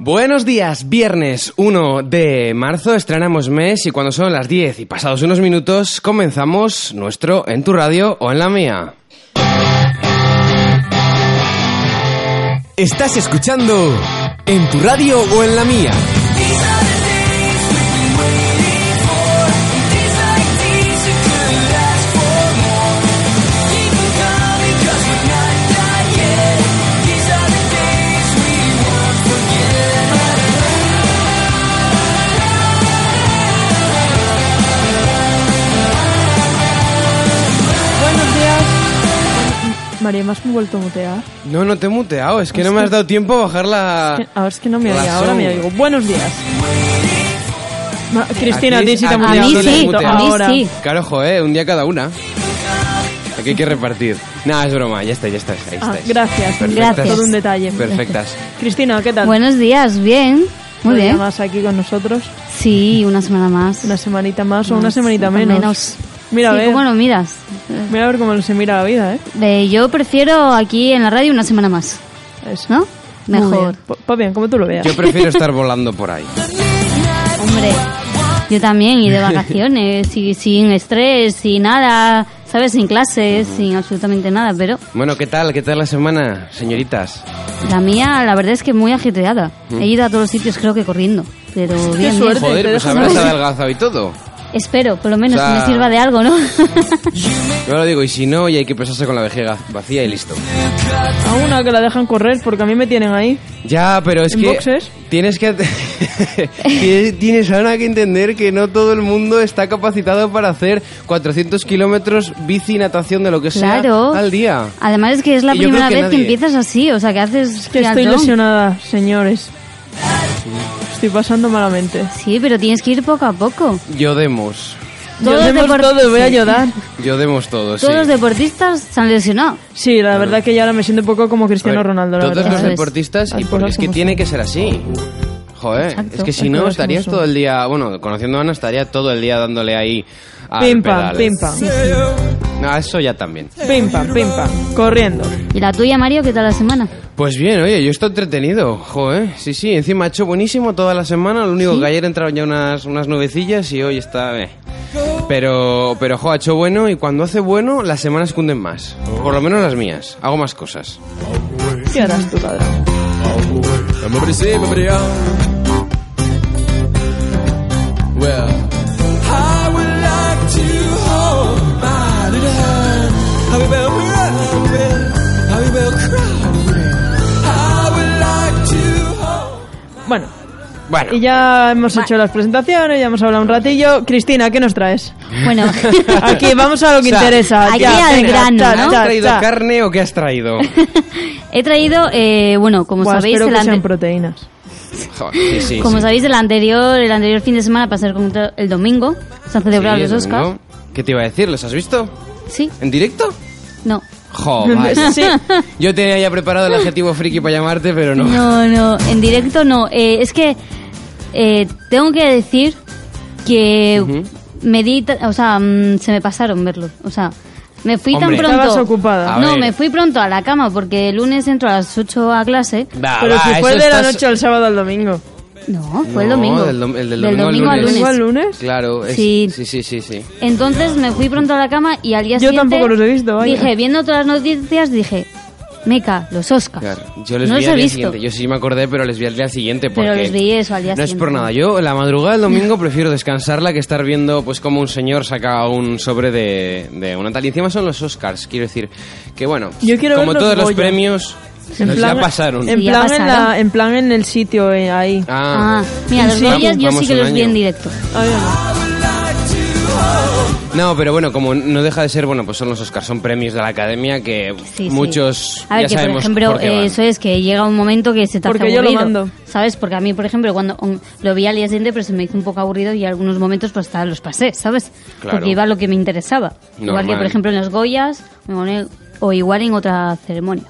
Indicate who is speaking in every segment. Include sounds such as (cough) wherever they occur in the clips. Speaker 1: Buenos días, viernes 1 de marzo, estrenamos mes y cuando son las 10 y pasados unos minutos comenzamos nuestro En tu radio o en la mía.
Speaker 2: Estás escuchando En tu radio o en la mía.
Speaker 3: Buenos días. María, me has vuelto a mutear.
Speaker 1: No, no te he muteado, es que no me has dado tiempo a bajar la...
Speaker 3: Que- Ahora es que no me
Speaker 1: Razón.
Speaker 3: oía, ahora me oigo. Buenos días. Ma- Cristina, a ti sí te
Speaker 1: a
Speaker 3: han
Speaker 1: mí
Speaker 4: A mí
Speaker 3: muteado.
Speaker 1: Muteado,
Speaker 4: sí,
Speaker 1: muteado.
Speaker 4: a mí
Speaker 3: Ahora.
Speaker 4: sí.
Speaker 1: Claro, joder, un día cada una. Aquí hay que repartir. Nada, es broma, ya está, ya está, ahí
Speaker 3: Ah,
Speaker 1: estáis.
Speaker 3: gracias,
Speaker 1: Perfectas.
Speaker 3: Todo un detalle.
Speaker 1: Perfectas.
Speaker 3: Cristina, ¿qué tal?
Speaker 4: Buenos días, bien. Muy
Speaker 3: Un día
Speaker 4: bien.
Speaker 3: más aquí con nosotros.
Speaker 4: Sí, una semana más.
Speaker 3: Una semanita más o
Speaker 4: Más,
Speaker 3: una semanita
Speaker 4: otra
Speaker 3: menos.
Speaker 4: menos.
Speaker 3: Mira,
Speaker 4: sí,
Speaker 3: a ver,
Speaker 4: ¿cómo lo miras?
Speaker 3: mira a ver cómo se mira la vida, ¿eh?
Speaker 4: Eh, yo prefiero aquí en la radio una semana más,
Speaker 3: Eso.
Speaker 4: ¿no?
Speaker 3: Muy
Speaker 4: Ah, Mejor.
Speaker 3: bien. Pa- Papi, como tú lo veas.
Speaker 1: Yo prefiero estar volando por ahí.
Speaker 4: Hombre, yo también,
Speaker 3: (laughs)
Speaker 4: y de vacaciones, y sin estrés, y nada, ¿sabes? Sin clases, sin absolutamente nada, pero
Speaker 1: Bueno, ¿qué tal? ¿Qué tal la semana, señoritas?
Speaker 4: la mía, la verdad es que muy ajetreada. He ido a todos los sitios, creo que corriendo, pero bien, bien.
Speaker 3: Mm. suerte.
Speaker 1: Joder,
Speaker 3: te
Speaker 1: pues
Speaker 3: dejas
Speaker 1: habrás
Speaker 3: más.
Speaker 1: adelgazado y todo.
Speaker 4: Espero, por lo menos,
Speaker 1: O sea-
Speaker 4: que me sirva de
Speaker 3: (laughs)
Speaker 4: algo, ¿no?
Speaker 1: Yo lo digo, y si no, y hay que pesarse con la vejiga vacía y listo.
Speaker 3: A una que la dejan correr porque a mí me tienen ahí.
Speaker 1: Ya, pero es
Speaker 3: ¿En
Speaker 1: que...
Speaker 3: boxes?
Speaker 1: Tienes que... (laughs) tienes, tienes, Ana, que entender que no todo el mundo está capacitado para hacer 400 kilómetros bici, natación, de lo que sea,
Speaker 4: Claro.
Speaker 1: al día.
Speaker 4: Además es que es la
Speaker 1: Y yo creo
Speaker 4: primera
Speaker 1: que
Speaker 4: vez
Speaker 1: nadie.
Speaker 4: que empiezas así, o sea, que haces
Speaker 3: Que estoy
Speaker 4: triatlón.
Speaker 3: lesionada, señores. Estoy pasando malamente.
Speaker 4: Sí, pero tienes que ir poco a poco.
Speaker 1: Yo demos.
Speaker 4: Todos
Speaker 3: Lloremos
Speaker 4: depor-
Speaker 3: todos, voy a
Speaker 4: sí.
Speaker 3: llorar.
Speaker 1: Yo demos todo,
Speaker 4: Todos los
Speaker 1: sí.
Speaker 4: deportistas se han lesionado.
Speaker 3: Sí, la verdad que ya ahora me siento un poco como Cristiano
Speaker 1: A ver,
Speaker 3: Ronaldo, la
Speaker 1: Todos
Speaker 3: verdad.
Speaker 1: los
Speaker 4: Eso es.
Speaker 1: deportistas y
Speaker 3: Las
Speaker 1: porque
Speaker 3: cosas
Speaker 1: es que
Speaker 3: como
Speaker 1: tiene
Speaker 3: son.
Speaker 1: que ser así. Joder,
Speaker 4: Exacto,
Speaker 1: es que si
Speaker 3: las
Speaker 1: no
Speaker 3: cosas como
Speaker 1: estarías
Speaker 3: son.
Speaker 1: todo el día, bueno, conociendo a Ana estaría todo el día dándole ahí al
Speaker 3: Pim pam,
Speaker 1: pedal.
Speaker 3: pim pam,
Speaker 1: No, a eso ya también.
Speaker 3: pim pam, pim pam, corriendo.
Speaker 4: ¿Y la tuya, Mario, qué tal
Speaker 1: (laughs)
Speaker 4: la semana?
Speaker 1: Pues bien, oye, yo estoy entretenido, joder. Sí, sí, encima ha hecho buenísimo toda la semana. Lo único que ayer entraron ya unas, unas nubecillas y hoy está. eh. Pero, pero, jo, ha hecho bueno y cuando hace bueno, las semanas cunden más. Por lo menos las mías. Hago más cosas.
Speaker 3: ¿Qué harás tú, ladrón? Bueno,
Speaker 1: Bueno,
Speaker 3: y ya hemos hecho las presentaciones, ya hemos hablado un ratillo. Cristina, ¿qué nos traes?
Speaker 4: Bueno,
Speaker 3: Aquí vamos a lo
Speaker 1: (laughs)
Speaker 3: que
Speaker 1: O sea,
Speaker 3: interesa.
Speaker 4: aquí
Speaker 3: ya,
Speaker 4: al
Speaker 3: venga,
Speaker 4: grano,
Speaker 3: cha,
Speaker 4: ¿no?
Speaker 3: cha,
Speaker 1: ¿has traído
Speaker 3: cha.
Speaker 1: carne o qué has
Speaker 3: (laughs)
Speaker 1: traído?
Speaker 4: (laughs) he traído, eh, bueno, como
Speaker 3: Buah,
Speaker 4: sabéis,
Speaker 3: espero
Speaker 4: el
Speaker 3: que
Speaker 4: ante-
Speaker 3: sean proteínas.
Speaker 1: Joder, sí, sí,
Speaker 4: como
Speaker 1: sí.
Speaker 4: sabéis el anterior, el anterior fin de semana pasó el, el domingo, se han celebrado
Speaker 1: Sí,
Speaker 4: los
Speaker 1: ¿no?
Speaker 4: Oscars.
Speaker 1: ¿Qué te iba a decir? ¿Los has visto?
Speaker 4: Sí,
Speaker 1: ¿En directo?
Speaker 4: no.
Speaker 1: Jo, vaya.
Speaker 3: (laughs) Sí.
Speaker 1: Yo tenía ya preparado el adjetivo friki para llamarte, pero no.
Speaker 4: No, no, en directo no. Eh, es que eh, tengo que decir que me di, ta- o sea, mm, se me pasaron verlo. O sea, me fui
Speaker 1: Hombre.
Speaker 4: tan pronto.
Speaker 3: Estabas ocupada.
Speaker 1: A
Speaker 4: No,
Speaker 1: ver.
Speaker 4: me fui pronto a la cama porque el lunes entro a las 8 a clase.
Speaker 1: Va,
Speaker 3: Pero
Speaker 1: va,
Speaker 3: si fue
Speaker 1: eso
Speaker 3: de la
Speaker 1: estás-
Speaker 3: noche al sábado al domingo.
Speaker 4: No, fue el
Speaker 1: No,
Speaker 4: domingo.
Speaker 1: del dom- el del domingo al lunes.
Speaker 4: al lunes.
Speaker 3: ¿Domingo al lunes?
Speaker 1: Claro, es-
Speaker 4: Sí.
Speaker 1: sí, sí, sí, sí.
Speaker 4: Entonces me fui pronto a la cama y al día
Speaker 3: Yo
Speaker 4: siguiente.
Speaker 3: tampoco los he visto, vaya.
Speaker 4: Dije, viendo todas las noticias, dije, Meca, los Oscars.
Speaker 1: Claro, yo les
Speaker 4: no
Speaker 1: vi
Speaker 4: los
Speaker 1: al
Speaker 4: he
Speaker 1: día
Speaker 4: visto.
Speaker 1: siguiente. Yo sí me acordé, pero les vi al día siguiente. Porque
Speaker 4: Pero les vi eso al día
Speaker 1: No es por
Speaker 4: siguiente.
Speaker 1: nada. Yo la madrugada del domingo prefiero descansarla que estar viendo pues como un señor saca un sobre de, de una tal. Y encima son los Oscars. Quiero decir que, bueno,
Speaker 3: Yo quiero
Speaker 1: como
Speaker 3: ver los
Speaker 1: todos los
Speaker 3: Goya.
Speaker 1: premios,
Speaker 3: En
Speaker 1: ya
Speaker 3: plan-
Speaker 1: pasaron.
Speaker 3: En
Speaker 4: Sí, ya
Speaker 3: plan, en, la-
Speaker 4: pasaron.
Speaker 3: en plan en el sitio eh, ahí.
Speaker 4: Ah,
Speaker 1: Ah.
Speaker 4: mira, los
Speaker 3: Sí.
Speaker 4: Goyas yo
Speaker 1: Vamos
Speaker 4: sí que
Speaker 1: un
Speaker 4: los vi
Speaker 1: año.
Speaker 4: en directo.
Speaker 3: Ahí, ahí.
Speaker 1: No, pero bueno, como no deja de ser, bueno, pues son los Oscars, son premios de la academia que
Speaker 4: Sí, sí.
Speaker 1: muchos
Speaker 4: A ver,
Speaker 1: ya
Speaker 4: que por
Speaker 1: sabemos
Speaker 4: ejemplo,
Speaker 1: por qué
Speaker 4: eh,
Speaker 1: van.
Speaker 4: eso es que llega un momento que se te hace
Speaker 3: Porque yo lo
Speaker 4: aburrido,
Speaker 3: mando.
Speaker 4: ¿Sabes? Porque a mí, por ejemplo, cuando um, lo vi al día siguiente, pero se me hizo un poco aburrido y algunos momentos pues hasta los pasé, ¿sabes?
Speaker 1: Claro.
Speaker 4: Porque iba a lo que me interesaba. Igual que,
Speaker 1: Normal.
Speaker 4: por ejemplo, en las Goyas me pone- o igual en otra ceremonia.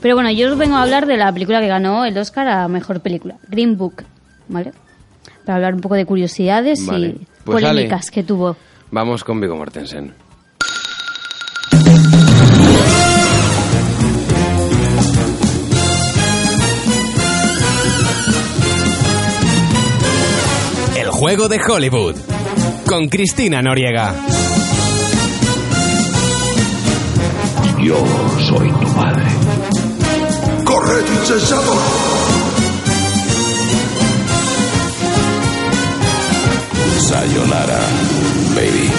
Speaker 4: Pero bueno, yo os vengo a hablar de la película que ganó el Oscar a Mejor Película, Green Book, ¿vale? Para hablar un poco de curiosidades
Speaker 1: Vale.
Speaker 4: y
Speaker 1: Pues dale.
Speaker 4: polémicas que tuvo.
Speaker 1: Vamos con Vigo Mortensen.
Speaker 2: Juego de Hollywood con Cristina Noriega.
Speaker 5: Yo soy tu padre.
Speaker 6: ¡Corred, insensato!
Speaker 5: Sayonara, baby.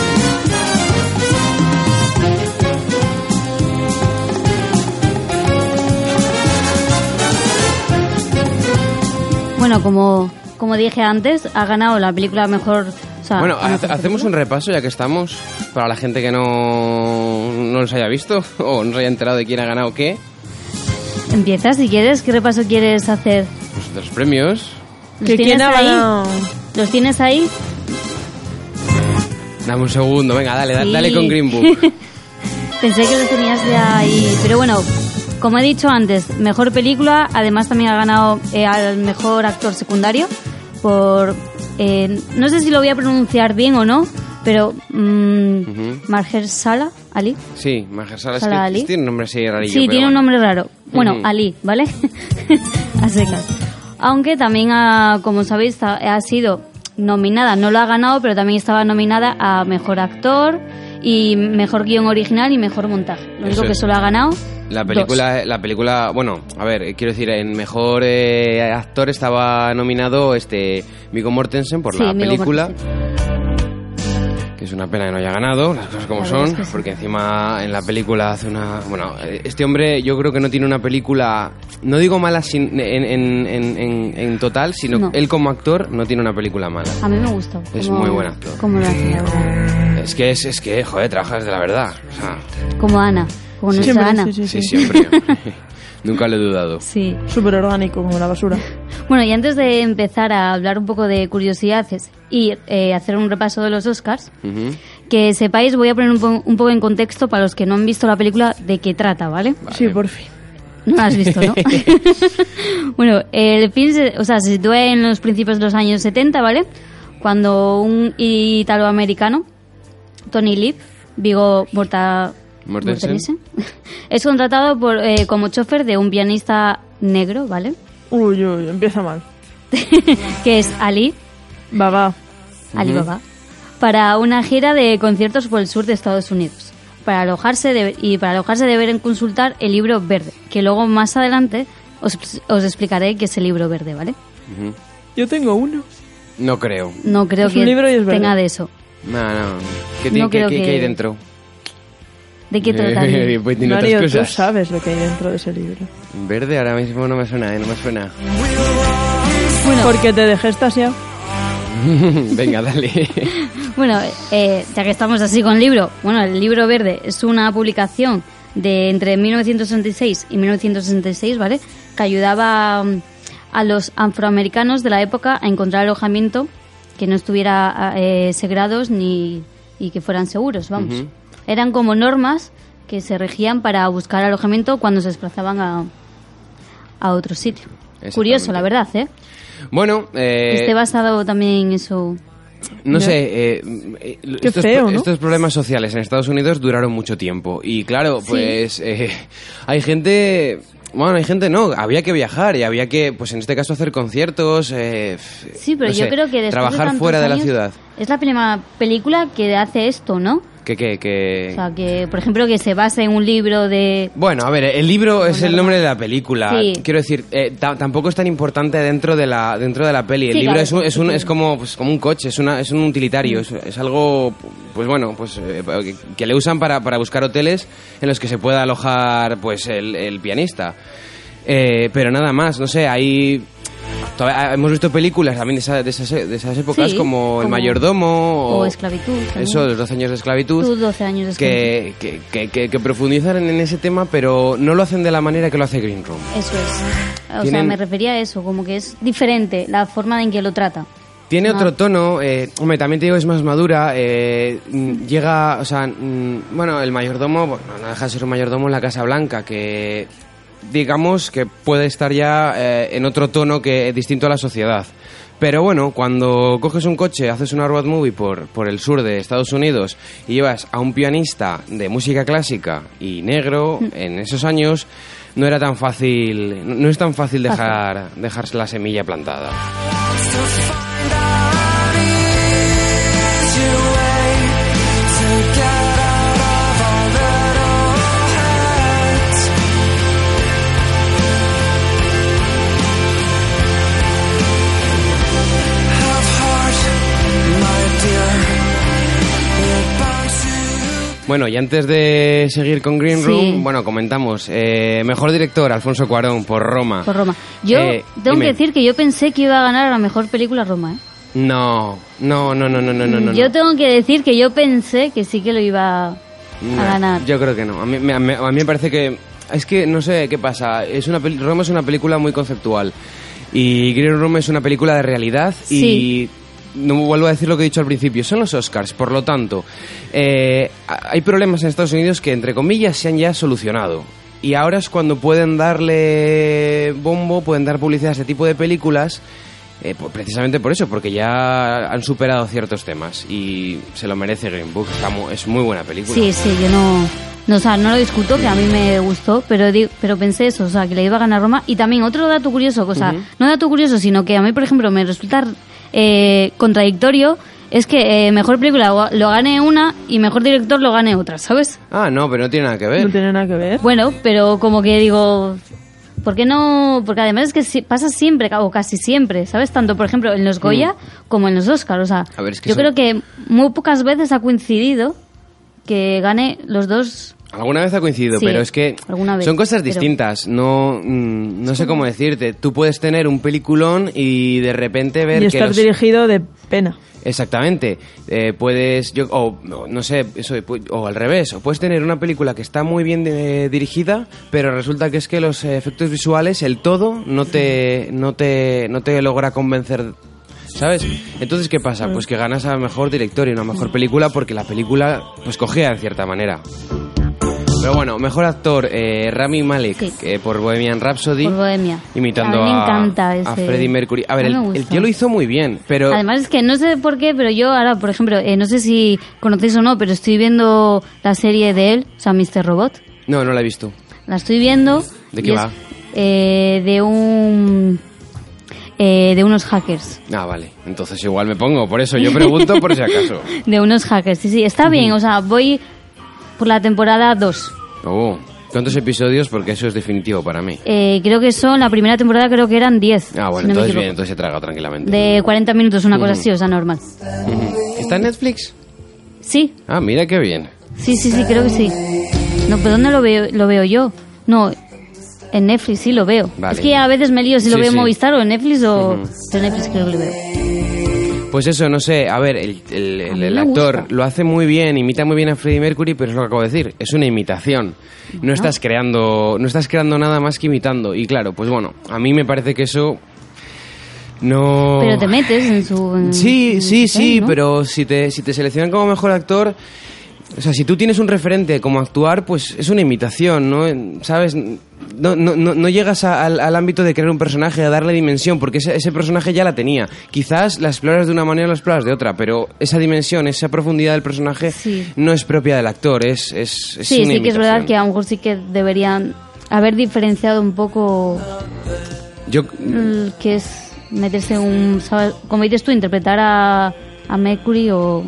Speaker 4: Bueno, como, como dije antes, ha ganado la película mejor. o sea,
Speaker 1: Bueno,
Speaker 4: la mejor
Speaker 1: hace- hacemos un
Speaker 4: película.
Speaker 1: repaso ya que estamos, para la gente que no, no los haya visto (laughs) o no se haya enterado de quién ha ganado qué,
Speaker 4: Empieza si quieres. ¿Qué repaso quieres hacer?
Speaker 1: pues, de los premios.
Speaker 4: ¿Los
Speaker 3: ¿Que
Speaker 4: tienes
Speaker 3: quién ha
Speaker 4: ahí?
Speaker 3: ganado?
Speaker 4: ¿Los tienes ahí?
Speaker 1: Dame un segundo, venga, dale, da-
Speaker 4: Sí.
Speaker 1: dale con Green
Speaker 4: (laughs)
Speaker 1: Book.
Speaker 4: Pensé que los tenías ya ahí. Pero bueno, como he dicho antes, mejor película. Además, también ha ganado eh, al mejor actor secundario. Por. eh, no sé si lo voy a pronunciar bien o no, pero. mm, Sala, Ali.
Speaker 1: Sí, Mahershala
Speaker 4: Sala
Speaker 1: Sala
Speaker 4: Ali.
Speaker 1: tiene un nombre así rarillo.
Speaker 4: Sí,
Speaker 1: pero
Speaker 4: tiene un
Speaker 1: bueno.
Speaker 4: nombre raro. Bueno,
Speaker 1: Ujú.
Speaker 4: Ali, ¿vale? (laughs) a secas. Aunque también, ha- como sabéis, ha, ha sido nominada, no lo ha ganado, pero también estaba nominada a Mejor Actor y Mejor Guión Original y Mejor Montaje. Lo
Speaker 1: Eso
Speaker 4: único que
Speaker 1: es.
Speaker 4: solo ha ganado...
Speaker 1: La
Speaker 4: dos.
Speaker 1: película, la película, bueno, a ver, eh, quiero decir, en mejor eh, actor estaba nominado este Viggo Mortensen por
Speaker 4: Sí,
Speaker 1: la
Speaker 4: Viggo
Speaker 1: película.
Speaker 4: Mortensen.
Speaker 1: Que es una pena que no haya ganado, las cosas como
Speaker 4: La verdad
Speaker 1: son,
Speaker 4: es que sí.
Speaker 1: porque encima en la película hace una... Bueno, eh, este hombre yo creo que no tiene una película, no digo mala sin- en, en- en- en- en total, sino
Speaker 4: No.
Speaker 1: él como actor no tiene una película mala.
Speaker 4: A mí me gustó.
Speaker 1: Es
Speaker 4: cómo-
Speaker 1: muy buen actor.
Speaker 4: cómo lo hace, la verdad.
Speaker 1: Es que, es, es que, joder, trabajas de la verdad. O sea,
Speaker 4: Como Ana, como
Speaker 3: Siempre,
Speaker 4: nuestra Ana.
Speaker 3: sí,
Speaker 1: sí,
Speaker 3: sí,
Speaker 1: siempre.
Speaker 4: (laughs)
Speaker 1: Nunca lo he dudado.
Speaker 4: sí.
Speaker 3: Súper orgánico, como la basura.
Speaker 4: Bueno, y antes de empezar a hablar un poco de curiosidades y eh, hacer un repaso de los Oscars,
Speaker 1: Ujú.
Speaker 4: que sepáis, voy a poner un, po- un poco en contexto para los que no han visto la película de qué trata, ¿vale?
Speaker 3: Sí, por fin.
Speaker 4: No la has visto, ¿no? (laughs) bueno, el film se, o sea, se sitúa en los principios de los años 70, ¿vale? Cuando un italoamericano, Tony Lip, Vigo Morta,
Speaker 1: Mortensen.
Speaker 4: (laughs) es contratado por, eh, como chofer de un pianista negro, ¿vale? (laughs)
Speaker 3: Uy, uy, empieza mal.
Speaker 4: que es Ali,
Speaker 3: Va, va.
Speaker 4: Alibaba, para una gira de conciertos por el sur de Estados Unidos. Para alojarse de- y para alojarse deberán consultar el libro verde, que luego más adelante os, os explicaré qué es el libro verde, ¿vale?
Speaker 3: Yo tengo uno.
Speaker 1: No creo.
Speaker 4: No creo
Speaker 3: Es
Speaker 4: que
Speaker 3: un libro y es verde.
Speaker 4: tenga de eso.
Speaker 1: No, no. ¿Qué,
Speaker 4: No
Speaker 1: tiene- qué-
Speaker 4: creo
Speaker 1: qué-
Speaker 4: que-
Speaker 1: qué hay dentro? (laughs)
Speaker 4: ¿De qué
Speaker 3: (laughs)
Speaker 4: trata? Lili?
Speaker 1: pues tiene
Speaker 3: Mario,
Speaker 1: otras
Speaker 3: tú
Speaker 1: cosas.
Speaker 3: sabes lo que hay dentro de ese libro.
Speaker 1: Verde ahora mismo no me suena, eh, no me suena. (laughs)
Speaker 3: Porque te dejé estasia.
Speaker 1: Venga, dale. (laughs)
Speaker 4: bueno, eh, ya que estamos así con libro, bueno, el libro verde es una publicación de entre 1966 y 1966, ¿vale? Que ayudaba mm, a los afroamericanos de la época a encontrar alojamiento que no estuviera eh, segrados ni y que fueran seguros, vamos. Eran como normas que se regían para buscar alojamiento cuando se desplazaban a, a otro sitio. Curioso,
Speaker 1: Exactamente.
Speaker 4: la verdad, ¿eh?
Speaker 1: bueno, eh,
Speaker 4: Esté basado también en eso.
Speaker 1: no sé, eh, eh,
Speaker 3: Qué
Speaker 1: estos,
Speaker 3: feo,
Speaker 1: pro-
Speaker 3: ¿no?
Speaker 1: estos problemas sociales en Estados Unidos duraron mucho tiempo. Y claro, pues eh, hay gente... Bueno, hay gente, no, había que viajar y había que, pues en este caso, hacer conciertos. eh, f-
Speaker 4: Sí, pero
Speaker 1: no
Speaker 4: yo
Speaker 1: sé,
Speaker 4: creo que después de
Speaker 1: Trabajar
Speaker 4: tantos
Speaker 1: fuera de la
Speaker 4: años,
Speaker 1: ciudad.
Speaker 4: Es la primera película que hace esto, ¿no?
Speaker 1: Que, que, que...
Speaker 4: O sea, que, por ejemplo, que se basa en un libro de...
Speaker 1: Bueno, a ver, el libro es el nombre de la película.
Speaker 4: Sí.
Speaker 1: Quiero decir, eh, ta- tampoco es tan importante dentro de la dentro de la peli. El
Speaker 4: Sí,
Speaker 1: libro
Speaker 4: claro.
Speaker 1: es un, es, un- es como pues, como un coche, es una es un utilitario, es, es algo pues bueno, pues eh, que, que le usan para, para buscar hoteles en los que se pueda alojar pues el, el pianista. Eh, pero nada más, no sé, hay todavía- hemos visto películas también de, esa- de esas, de esas épocas
Speaker 4: Sí,
Speaker 1: como El
Speaker 4: como-
Speaker 1: mayordomo
Speaker 4: o Esclavitud, también.
Speaker 1: Eso, los 12 años de esclavitud.
Speaker 4: Tú, 12 años
Speaker 1: que,
Speaker 4: de
Speaker 1: que, que, que- que profundizan en ese tema, pero no lo hacen de la manera que lo hace Green Room.
Speaker 4: Eso es. O sea,
Speaker 1: Tienen-
Speaker 4: me refería a eso, como que es diferente la forma en que lo trata.
Speaker 1: Tiene
Speaker 4: No.
Speaker 1: otro tono, eh, hombre, también te digo, es más madura, eh, mm, llega, o sea, mm, bueno, el mayordomo, bueno, no deja de ser un mayordomo en la Casa Blanca, que digamos que puede estar ya eh, en otro tono que distinto a la sociedad. Pero bueno, cuando coges un coche, haces una road movie por, por el sur de Estados Unidos y llevas a un pianista de música clásica y negro, en esos años no era tan fácil, no- no es tan fácil dejar, dejar la semilla plantada.
Speaker 7: your way to get out of our little heads. Have heart, my dear. It burns you.
Speaker 1: Bueno, y antes de seguir con Green
Speaker 4: Sí.
Speaker 1: Room, bueno, comentamos. eh, mejor director, Alfonso Cuarón, por Roma.
Speaker 4: Por Roma. Yo
Speaker 1: Ah. Eh,
Speaker 4: tengo
Speaker 1: dime.
Speaker 4: que decir que yo pensé que iba a ganar a la mejor película Roma, ¿eh?
Speaker 1: No, no, no, no, no, no, no. no.
Speaker 4: yo tengo que decir que yo pensé que sí que lo iba a
Speaker 1: No,
Speaker 4: ganar.
Speaker 1: Yo creo que no. A mí, me- me- a mí me parece que... Es que no sé qué pasa. Es una peli- Roma es una película muy conceptual. Y Green Room es una película de realidad.
Speaker 4: Sí.
Speaker 1: Y no vuelvo a decir lo que he dicho al principio. Son los Oscars, por lo tanto. eh, ha- hay problemas en Estados Unidos que, entre comillas, se han ya solucionado. Y ahora es cuando pueden darle bombo, pueden dar publicidad a este tipo de películas. eh, por- precisamente por eso, porque ya han superado ciertos temas y se lo merece Green Book. Está mu- es muy buena película.
Speaker 4: Sí, sí, yo no, no, o sea, no lo discuto, que a mí me gustó, pero di- pero pensé eso, o sea, que le iba a ganar Roma. Y también otro dato curioso, o sea, no dato curioso, sino que a mí, por ejemplo, me resulta eh, contradictorio, es que eh, mejor película lo- lo gane una y mejor director lo gane otra, ¿sabes?
Speaker 1: Ah, no, pero no tiene nada que ver.
Speaker 3: No tiene nada que ver.
Speaker 4: Bueno, pero como que digo, ¿por qué no? Porque además es que si- pasa siempre, o casi siempre, ¿sabes? Tanto, por ejemplo, en los Goya como en los Oscar. O sea,
Speaker 1: Mm. A ver, es que
Speaker 4: yo
Speaker 1: son-
Speaker 4: creo que muy pocas veces ha coincidido que gane los dos.
Speaker 1: Alguna vez ha coincidido,
Speaker 4: Sí,
Speaker 1: pero es que
Speaker 4: alguna vez,
Speaker 1: son cosas
Speaker 4: pero-
Speaker 1: distintas. No, mm, no sé cómo decirte. Tú puedes tener un peliculón y de repente ver
Speaker 3: Y
Speaker 1: que
Speaker 3: estar
Speaker 1: los-
Speaker 3: dirigido de pena.
Speaker 1: Exactamente. Eh, puedes, yo, o no, no sé, eso, pu- o al revés, o puedes tener una película que está muy bien eh, dirigida, pero resulta que es que los eh, efectos visuales, el todo, no te, no te, no te logra convencer. ¿Sabes? Entonces, ¿qué pasa? Pues que ganas a mejor director y una mejor película porque la película, pues, cogea en cierta manera. Pero bueno, mejor actor, eh, Rami Malek,
Speaker 4: Sí.
Speaker 1: eh, por Bohemian Rhapsody.
Speaker 4: Por Bohemia.
Speaker 1: Imitando
Speaker 4: A mí me encanta
Speaker 1: a
Speaker 4: ese-
Speaker 1: Freddie Mercury. A ver,
Speaker 4: A mí
Speaker 1: el,
Speaker 4: me gusta.
Speaker 1: el tío lo hizo muy bien, pero...
Speaker 4: Además es que no sé por qué, pero yo ahora, por ejemplo, eh, no sé si conocéis o no, pero estoy viendo la serie de él, o sea, Mr. Robot.
Speaker 1: No, no la he visto.
Speaker 4: La estoy viendo.
Speaker 1: ¿De
Speaker 4: y
Speaker 1: qué
Speaker 4: es,
Speaker 1: va?
Speaker 4: eh, de un. eh, de unos hackers.
Speaker 1: Ah, vale. Entonces igual me pongo, por eso yo pregunto por si
Speaker 4: (laughs)
Speaker 1: acaso.
Speaker 4: De unos hackers, sí, sí. Está bien, o sea, voy por la temporada 2.
Speaker 1: Oh, ¿cuántos episodios? Porque eso es definitivo para mí.
Speaker 4: Eh, creo que son, la primera temporada creo que eran 10.
Speaker 1: Ah, bueno,
Speaker 4: si no me
Speaker 1: entonces bien,
Speaker 4: equivoco.
Speaker 1: entonces se traga tranquilamente.
Speaker 4: De 40 minutos, una cosa así, o sea, normal.
Speaker 1: Ujú. ¿Está en Netflix?
Speaker 4: Sí,
Speaker 1: Ah, mira qué bien.
Speaker 4: sí, sí, sí, creo que sí. No, pero ¿dónde lo veo, lo veo yo? No, en Netflix sí lo veo.
Speaker 1: Vale.
Speaker 4: Es que a veces me lío si lo
Speaker 1: Sí,
Speaker 4: veo
Speaker 1: sí.
Speaker 4: en Movistar o en Netflix o... Pero en Netflix creo que lo veo.
Speaker 1: Pues eso, no sé, a ver, el, el- el-
Speaker 4: A mí
Speaker 1: el
Speaker 4: me
Speaker 1: actor
Speaker 4: gusta.
Speaker 1: lo hace muy bien, imita muy bien a Freddie Mercury, pero es lo que acabo de decir, es una imitación. No estás creando, no estás creando nada más que imitando. Y claro, pues bueno, a mí me parece que eso no.
Speaker 4: Pero te metes en su... en-
Speaker 1: Oh. Sí,
Speaker 4: en
Speaker 1: sí,
Speaker 4: su
Speaker 1: sí,
Speaker 4: papel, ¿no?
Speaker 1: pero si te, si te seleccionan como mejor actor, o sea, si tú tienes un referente como actuar, pues es una imitación, ¿no? ¿Sabes? No, no, no, no llegas a- al, al ámbito de crear un personaje, a darle dimensión, porque ese, ese personaje ya la tenía. Quizás la exploras de una manera o la exploras de otra, pero esa dimensión, esa profundidad del personaje
Speaker 4: Sí.
Speaker 1: no es propia del actor, es, es, es
Speaker 4: Sí,
Speaker 1: una
Speaker 4: sí que es verdad
Speaker 1: imitación.
Speaker 4: que a lo mejor sí que deberían haber diferenciado un poco
Speaker 1: Yo,
Speaker 4: el que es meterse en un, ¿sabes? como dices tú, interpretar a, a Mercury o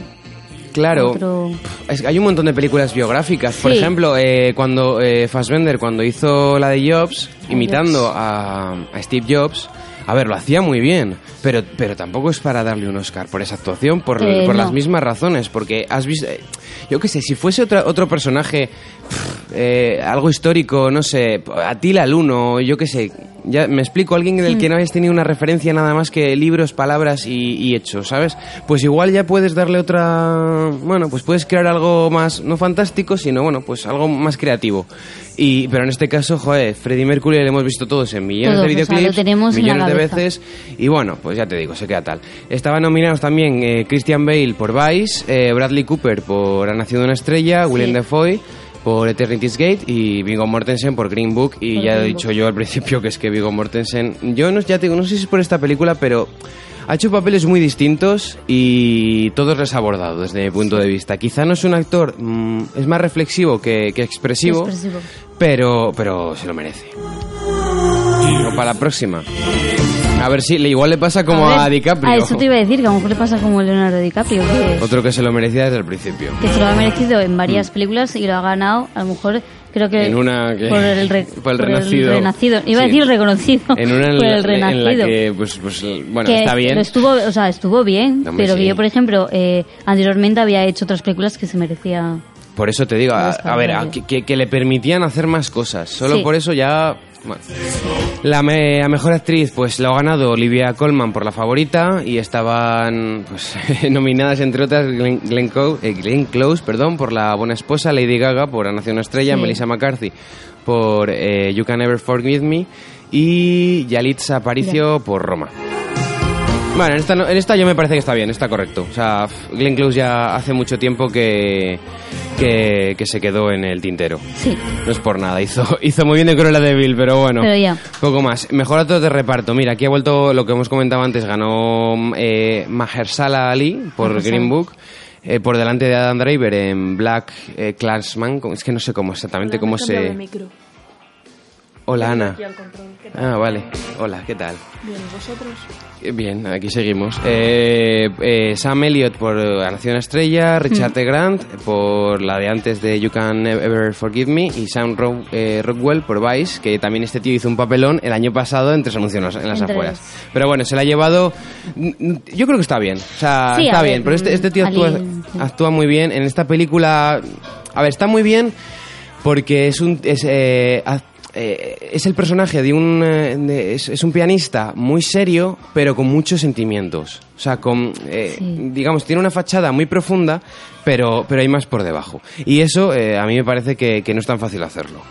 Speaker 1: claro...
Speaker 4: otro...
Speaker 1: Es que hay un montón de películas biográficas. Por
Speaker 4: Sí.
Speaker 1: ejemplo, eh, cuando eh, Fassbender, cuando hizo la de Jobs, imitando a, a Steve Jobs, a ver, lo hacía muy bien, pero, pero tampoco es para darle un Oscar por esa actuación, por,
Speaker 4: Eh,
Speaker 1: por
Speaker 4: no.
Speaker 1: las mismas razones, porque has visto... eh, yo qué sé, si fuese otra- otro personaje, pf, eh, algo histórico, no sé, Atila el Uno, yo qué sé, ya me explico, alguien del
Speaker 4: Hmm.
Speaker 1: que no habéis tenido una referencia nada más que libros, palabras y, y hechos, ¿sabes? Pues igual ya puedes darle otra... Bueno, pues puedes crear algo más, no fantástico, sino bueno, pues algo más creativo. Y, pero en este caso, joder, Freddie Mercury lo hemos visto todos en millones
Speaker 4: Todos,
Speaker 1: de
Speaker 4: o sea, lo
Speaker 1: videoclips,
Speaker 4: tenemos en la
Speaker 1: millones de
Speaker 4: cabeza.
Speaker 1: veces, y bueno, pues ya te digo, se queda tal. Estaban nominados también eh, Christian Bale por Vice, eh, Bradley Cooper por Ha nacido una estrella, William Defoe por Eternity's Gate y Viggo Mortensen por Green Book. Y
Speaker 4: Por
Speaker 1: ya he
Speaker 4: Green
Speaker 1: dicho yo al principio que es que Viggo Mortensen, yo no, ya te digo, no sé si es por esta película, pero ha hecho papeles muy distintos y todos los ha abordado desde mi punto de vista. Quizá no es un actor, mm, es más reflexivo que, que expresivo,
Speaker 4: Expresivo.
Speaker 1: Pero, pero se lo merece. Pero para la próxima. A ver si le- igual le pasa como
Speaker 4: ver,
Speaker 1: a, DiCaprio.
Speaker 4: A Ah, eso te iba a decir, que a lo mejor le pasa como a Leonardo DiCaprio, que,
Speaker 1: Otro que se lo merecía desde el
Speaker 4: (laughs)
Speaker 1: principio.
Speaker 4: que se lo ha merecido en varias películas y lo ha ganado, a lo mejor, creo que...
Speaker 1: mm. En una que-
Speaker 4: Por el, re-
Speaker 1: (laughs) por el renacido.
Speaker 4: renacido. Iba a
Speaker 1: Sí.
Speaker 4: decir reconocido.
Speaker 1: En una en
Speaker 4: por
Speaker 1: la,
Speaker 4: el
Speaker 1: en la
Speaker 4: renacido.
Speaker 1: que, pues, pues, bueno,
Speaker 4: que
Speaker 1: está bien.
Speaker 4: lo estuvo, o sea, estuvo bien,
Speaker 1: No, hombre,
Speaker 4: pero que
Speaker 1: sí.
Speaker 4: yo, por ejemplo, eh, anteriormente había hecho otras películas que se merecía...
Speaker 1: Por eso te digo, a,
Speaker 4: Más
Speaker 1: a ver, a-
Speaker 4: favorable.
Speaker 1: que, que- que le permitían hacer más cosas. Solo
Speaker 4: Sí.
Speaker 1: por eso ya... bueno. La me- a mejor actriz, pues lo ha ganado Olivia Colman por la favorita y estaban pues, (laughs) nominadas, entre otras, Glenn, Glenn Clo- eh, Glenn Close perdón, por La Buena Esposa, Lady Gaga por La Nación Estrella,
Speaker 4: Sí.
Speaker 1: Melissa McCarthy por eh, You Can Never Forgive Me y Yalitza Aparicio por Roma. Bueno, en esta, no- en esta yo me parece que está bien, está correcto. O sea, f- Glenn Close ya hace mucho tiempo que, que, que se quedó en el tintero.
Speaker 4: Sí.
Speaker 1: No es por nada, hizo, (laughs) hizo muy bien de Cruella de Vil, pero bueno.
Speaker 4: Pero ya.
Speaker 1: Poco más. Mejor actor de reparto. Mira, aquí ha vuelto lo que hemos comentado antes. Ganó eh, Mahershala Ali por
Speaker 4: Mahershala.
Speaker 1: Green Book. eh, por delante de Adam Driver en Black eh, Clansman, es que no sé cómo exactamente cómo
Speaker 3: De
Speaker 1: se.
Speaker 3: micro.
Speaker 1: Hola Ana.
Speaker 3: Y al control. ¿Qué tal?
Speaker 1: Ah, vale. Hola, ¿qué tal?
Speaker 3: Bien, ¿y vosotros.
Speaker 1: Eh, Bien, aquí seguimos. Eh, eh, Sam Elliott por La Nación Estrella, Richard
Speaker 3: Mm.
Speaker 1: T. Grant por la de antes de You Can Ever Forgive Me y Sam Ro- eh, Rockwell por Vice, que también este tío hizo un papelón el año pasado entre anuncios en las
Speaker 4: Entre
Speaker 1: afueras. Pero bueno, se la ha llevado... mm, Yo creo que está bien. O sea,
Speaker 4: Sí,
Speaker 1: está
Speaker 4: a ver,
Speaker 1: bien. Pero este, este tío
Speaker 4: mm,
Speaker 1: actúa,
Speaker 4: Ali, sí.
Speaker 1: actúa muy bien. En esta película... A ver, está muy bien porque es un... Es, eh, haz- eh, es el personaje de un... eh, de- es, es un pianista muy serio, pero con muchos sentimientos. O sea, con... eh,
Speaker 4: Sí.
Speaker 1: Digamos, tiene una fachada muy profunda, pero, pero hay más por debajo. Y eso eh, a mí me parece que, que no es tan fácil hacerlo.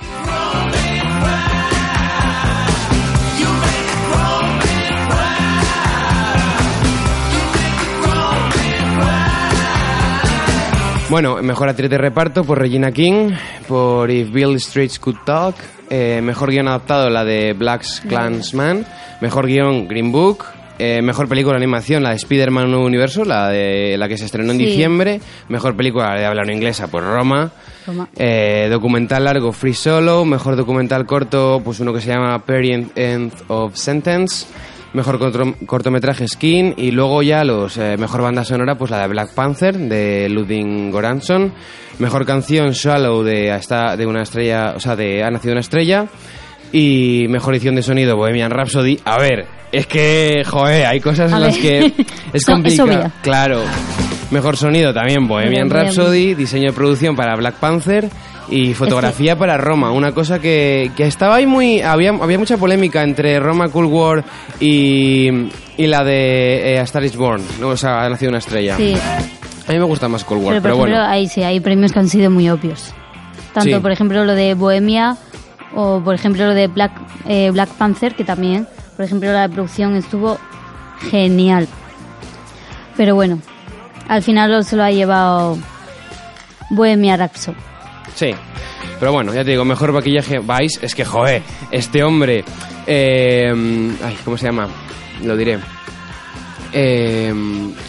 Speaker 1: Bueno, mejor actriz de reparto por Regina King, por If Bill Street Could Talk, eh, mejor guión adaptado la de Black Clansman, mejor guión Green Book, eh, mejor película de animación la de Spider-Man Nuevo Universo, la, de, la que se estrenó en
Speaker 4: Sí.
Speaker 1: diciembre, mejor película de habla no inglesa por Roma,
Speaker 4: Roma.
Speaker 1: eh, documental largo Free Solo, mejor documental corto pues uno que se llama Period End of Sentence. Mejor corto- cortometraje Skin y luego ya los eh, mejor banda sonora pues la de Black Panther de Ludwig Goranson, mejor canción Shallow de hasta de una estrella, o sea, de ha nacido una estrella y mejor edición de sonido Bohemian Rhapsody. A ver, es que joder, hay cosas
Speaker 4: A
Speaker 1: en las
Speaker 4: (laughs) ver.
Speaker 1: que es
Speaker 4: Eso- eso
Speaker 1: complicado.
Speaker 4: obvia.
Speaker 1: Claro. Mejor sonido también Bohemian
Speaker 4: Bohemian.
Speaker 1: Rhapsody, diseño de producción para Black Panther y fotografía para Roma, una cosa que, que estaba ahí muy... Había, había mucha polémica entre Roma Cool War y, y la de eh, A Star is Born, ¿no? o sea, ha nacido una estrella.
Speaker 4: Sí.
Speaker 1: A mí me gusta más Cold War,
Speaker 4: Pero,
Speaker 1: pero,
Speaker 4: por ejemplo,
Speaker 1: bueno.
Speaker 4: hay, sí, hay premios que han sido muy obvios. Tanto,
Speaker 1: Sí.
Speaker 4: por ejemplo, lo de Bohemia o, por ejemplo, lo de Black, eh, Black Panther, que también, por ejemplo, la producción estuvo genial. Pero bueno, al final se lo ha llevado Bohemia Rhapsody.
Speaker 1: Sí. Pero bueno, ya te digo, mejor maquillaje Vice es que, joder, este hombre... eh, ay, ¿cómo se llama? Lo diré. Eh,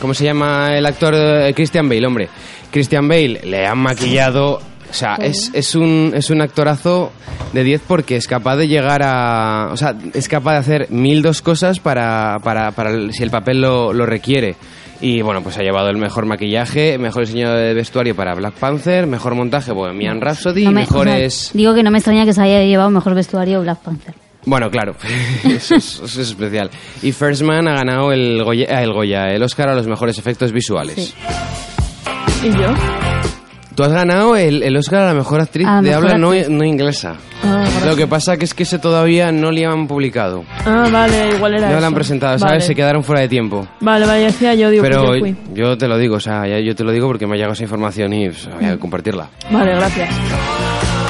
Speaker 1: ¿Cómo se llama el actor? eh, Christian Bale, hombre. Christian Bale le han maquillado... O sea, es, es, un, es un actorazo de 10 porque es capaz de llegar a... O sea, es capaz de hacer mil dos cosas para, para, para el- si el papel lo, lo requiere. Y bueno, pues ha llevado el mejor maquillaje, mejor diseño de vestuario para Black Panther, mejor montaje Bohemian Rhapsody,
Speaker 4: No me-
Speaker 1: mejores...
Speaker 4: o sea, digo que no me extraña que se haya llevado mejor vestuario Black Panther.
Speaker 1: Bueno, claro, (laughs) eso es, eso es especial. Y First Man ha ganado el Goya, ah, el Goya, el Oscar a los mejores efectos visuales.
Speaker 3: ¿Y yo?
Speaker 1: Tú has ganado el, el Oscar a la mejor actriz
Speaker 4: A la
Speaker 1: de
Speaker 4: mejor
Speaker 1: habla no, no inglesa.
Speaker 4: Ah,
Speaker 1: Lo que pasa que es que ese todavía no le han publicado.
Speaker 3: Ah, vale, igual era
Speaker 1: No lo
Speaker 3: eso.
Speaker 1: han presentado, ¿sabes?
Speaker 3: Vale.
Speaker 1: Se quedaron fuera de tiempo.
Speaker 3: Vale, vale, decía yo, digo,
Speaker 1: Pero
Speaker 3: pues yo fui.
Speaker 1: yo te lo digo, o sea, ya yo te lo digo porque me ha llegado esa información y pues,
Speaker 3: Mm.
Speaker 1: había que compartirla.
Speaker 3: Vale, gracias.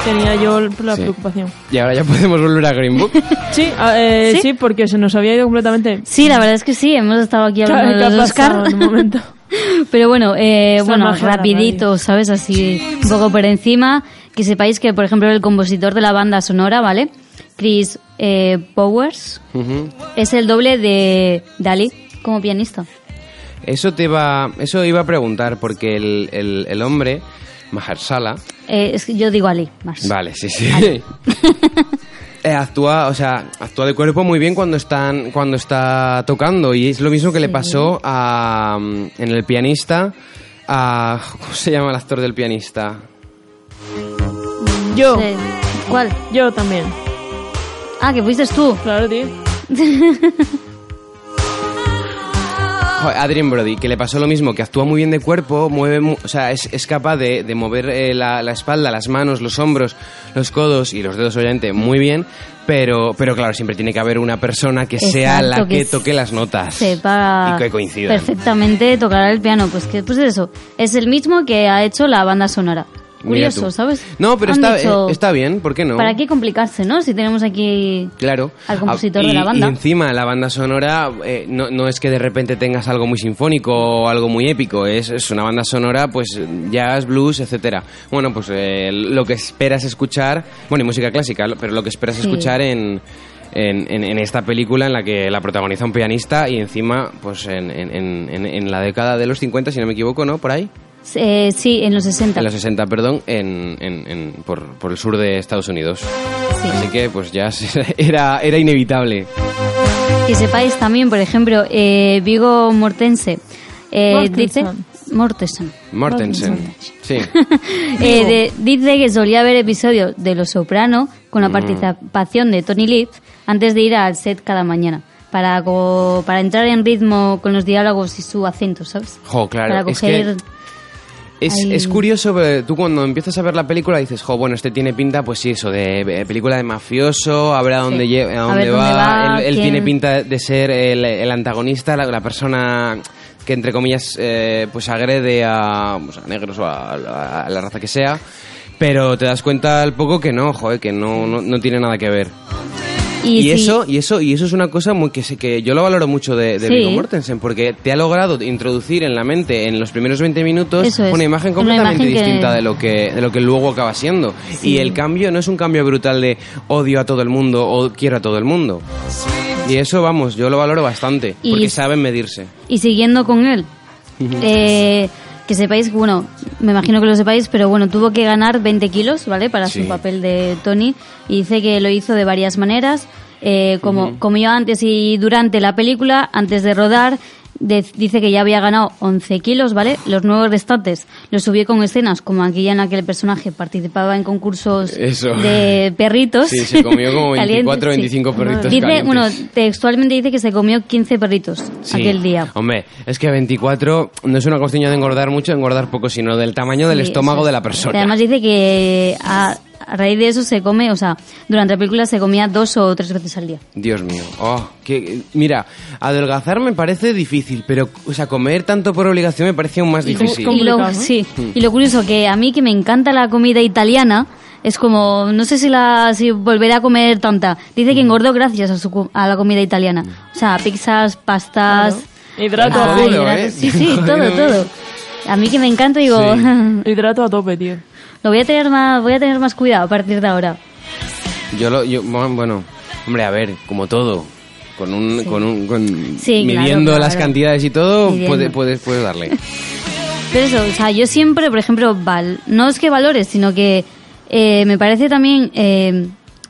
Speaker 3: Tenía yo la
Speaker 1: Sí.
Speaker 3: preocupación.
Speaker 1: Y ahora ya (laughs) podemos volver a Green
Speaker 3: (laughs)
Speaker 1: Book.
Speaker 3: Sí, ah, eh,
Speaker 4: ¿Sí?
Speaker 3: ¿Sí? porque se nos había ido completamente.
Speaker 4: Sí, la verdad es que sí, hemos estado aquí hablando
Speaker 3: ¿Qué ha
Speaker 4: de los
Speaker 3: pasado
Speaker 4: Oscar.
Speaker 3: en un
Speaker 4: (laughs)
Speaker 3: momento?
Speaker 4: Pero bueno, eh,
Speaker 3: Esta
Speaker 4: bueno,
Speaker 3: magia de la
Speaker 4: rapidito, ¿sabes? Así un poco por encima. Que sepáis que, por ejemplo, el compositor de la banda sonora, ¿vale? Chris eh, Powers
Speaker 1: Ujú.
Speaker 4: es el doble de Dalí como pianista.
Speaker 1: Eso te iba, eso iba a preguntar porque el, el, el hombre, Mahershala,
Speaker 4: Eh, es que yo digo Ali, más.
Speaker 1: Vale, sí, sí. Pues, (laughs) eh, actúa, o sea, actúa de cuerpo muy bien cuando están, cuando está tocando y es lo mismo que le pasó a mm, en el pianista a (laughs) ¿cómo se llama el actor del pianista?
Speaker 3: Yo,
Speaker 4: Sí. ¿Cuál?
Speaker 3: yo también.
Speaker 4: Ah, que fuiste tú.
Speaker 3: Claro, tío.
Speaker 1: Joder, Adrien Brody, que le pasó lo mismo, que actúa muy bien de cuerpo, mueve, mu- o sea, es, es capaz de, de mover eh, la, la espalda, las manos, los hombros, los codos y los dedos, obviamente, muy bien, pero, pero claro, siempre tiene que haber una persona que sea
Speaker 4: Exacto,
Speaker 1: la que,
Speaker 4: que
Speaker 1: toque las notas
Speaker 4: Sepa
Speaker 1: y que coincida.
Speaker 4: perfectamente tocar el piano. Pues que pues eso, es el mismo que ha hecho la banda sonora.
Speaker 1: Mira
Speaker 4: Curioso,
Speaker 1: tú.
Speaker 4: ¿sabes?
Speaker 1: No, pero
Speaker 4: Han
Speaker 1: está,
Speaker 4: dicho,
Speaker 1: eh, está bien, ¿por qué no?
Speaker 4: ¿Para qué complicarse, no? Si tenemos aquí
Speaker 1: Claro.
Speaker 4: Al compositor
Speaker 1: Ah, y-
Speaker 4: de la banda.
Speaker 1: Y encima, la banda sonora eh, no, no es que de repente tengas algo muy sinfónico o algo muy épico. Es, es una banda sonora, pues jazz, blues, etcétera. Bueno, pues eh, lo que esperas escuchar. Bueno, y música clásica, lo- pero lo que esperas
Speaker 4: Sí.
Speaker 1: escuchar en. En, en- en esta película en la que la protagoniza un pianista y encima pues en, en- en- en- en la década de los 50 si no me equivoco no por ahí
Speaker 4: eh, sí, en los 60.
Speaker 1: en los 60 perdón en, en- en- por, por el sur de Estados Unidos
Speaker 4: Sí.
Speaker 1: así que pues ya (laughs) era era inevitable
Speaker 4: Que sepáis también, por ejemplo, eh, Vigo Mortense eh,
Speaker 3: Mortensen.
Speaker 4: dice Mortensen. (laughs)
Speaker 1: Mortensen. Sí.
Speaker 4: Eh, de- dice que solía ver episodios de Los Soprano con
Speaker 1: Mm.
Speaker 4: la participación de Tony Leaf antes de ir al set cada mañana para co- para entrar en ritmo con los diálogos y su acento, ¿sabes?
Speaker 1: Jo, claro.
Speaker 4: para
Speaker 1: es que
Speaker 4: coger
Speaker 1: Es,
Speaker 4: Ay.
Speaker 1: es curioso, eh, tú cuando empiezas a ver la película dices, jo, bueno, este tiene pinta, pues sí, eso, de eh, película de mafioso, habrá dónde, lle- a
Speaker 4: A
Speaker 1: dónde
Speaker 4: ver
Speaker 1: va,
Speaker 4: dónde va,
Speaker 1: él, él
Speaker 4: quién-
Speaker 1: tiene pinta de ser el, el antagonista, la, la persona que entre comillas eh, pues agrede a, pues, a negros o a, a- a la raza que sea, pero te das cuenta al poco que no, joder, que no, no, no tiene nada que ver.
Speaker 4: y,
Speaker 1: Y,
Speaker 4: si-
Speaker 1: eso, y eso, y eso es una cosa muy que sé que yo lo valoro mucho de, de
Speaker 4: Sí.
Speaker 1: Viggo Mortensen, porque te ha logrado introducir en la mente en los primeros 20 minutos
Speaker 4: Eso es.
Speaker 1: una imagen
Speaker 4: Una imagen
Speaker 1: completamente
Speaker 4: que-
Speaker 1: distinta de lo que de lo que luego acaba siendo. Y el cambio no es un cambio brutal de odio a todo el mundo o quiero a todo el mundo. Y eso, vamos, yo lo valoro bastante,
Speaker 4: Y-
Speaker 1: porque saben medirse.
Speaker 4: y siguiendo con él. eh, que sepáis, bueno, me imagino que lo sepáis, pero bueno, tuvo que ganar 20 kilos, ¿vale? Para
Speaker 1: Sí.
Speaker 4: su papel de Tony. Y dice que lo hizo de varias maneras. eh, como comió antes y durante la película, antes de rodar, de- dice que ya había ganado 11 kilos, ¿vale? Los nuevos restantes los subió con escenas como aquella en la que el personaje participaba en concursos
Speaker 1: Eso.
Speaker 4: de perritos.
Speaker 1: Sí, se comió como 24,
Speaker 4: (laughs) Calientes,
Speaker 1: 25 perritos
Speaker 4: Dice,
Speaker 1: calientes.
Speaker 4: bueno, textualmente dice que se comió 15 perritos
Speaker 1: Sí.
Speaker 4: aquel día.
Speaker 1: Hombre, es que 24 no es una cuestión de engordar mucho, engordar poco, sino del tamaño del
Speaker 4: Sí,
Speaker 1: estómago
Speaker 4: eso es.
Speaker 1: de la persona.
Speaker 4: Y además dice que a, a raíz de eso se come, o sea, durante la película se comía dos o tres veces al día.
Speaker 1: Dios mío. Oh, que, mira, adelgazar me parece difícil, pero o sea, comer tanto por obligación me parece aún más difícil. Hmm.
Speaker 3: cómo-
Speaker 4: Y lo,
Speaker 3: Complicado, ¿no?
Speaker 4: sí. y lo curioso que a mí que me encanta la comida italiana, es como, no sé si la si volveré a comer tanta. Dice que
Speaker 1: Hmm.
Speaker 4: engordó gracias a, su, co- a la comida italiana. O sea, pizzas, pastas...
Speaker 3: Hidrato
Speaker 1: Ah,
Speaker 3: a
Speaker 1: Jodido,
Speaker 3: tope.
Speaker 1: ¿eh?
Speaker 4: Sí, sí, todo,
Speaker 1: Jodido.
Speaker 4: todo. A mí que me encanta, digo,
Speaker 3: Hidrato a tope, tío.
Speaker 4: (laughs) lo voy a tener más, voy a tener más cuidado a partir de ahora.
Speaker 1: Yo lo, yo, bueno, hombre, a ver, como todo. Con un, con un, con-
Speaker 4: Sí, claro,
Speaker 1: midiendo
Speaker 4: claro.
Speaker 1: las cantidades y todo,
Speaker 4: Midiendo.
Speaker 1: puede- puedes, puedes darle.
Speaker 4: Pero eso, o sea, yo siempre, por ejemplo, val, no es que valores, sino que eh, me parece también eh,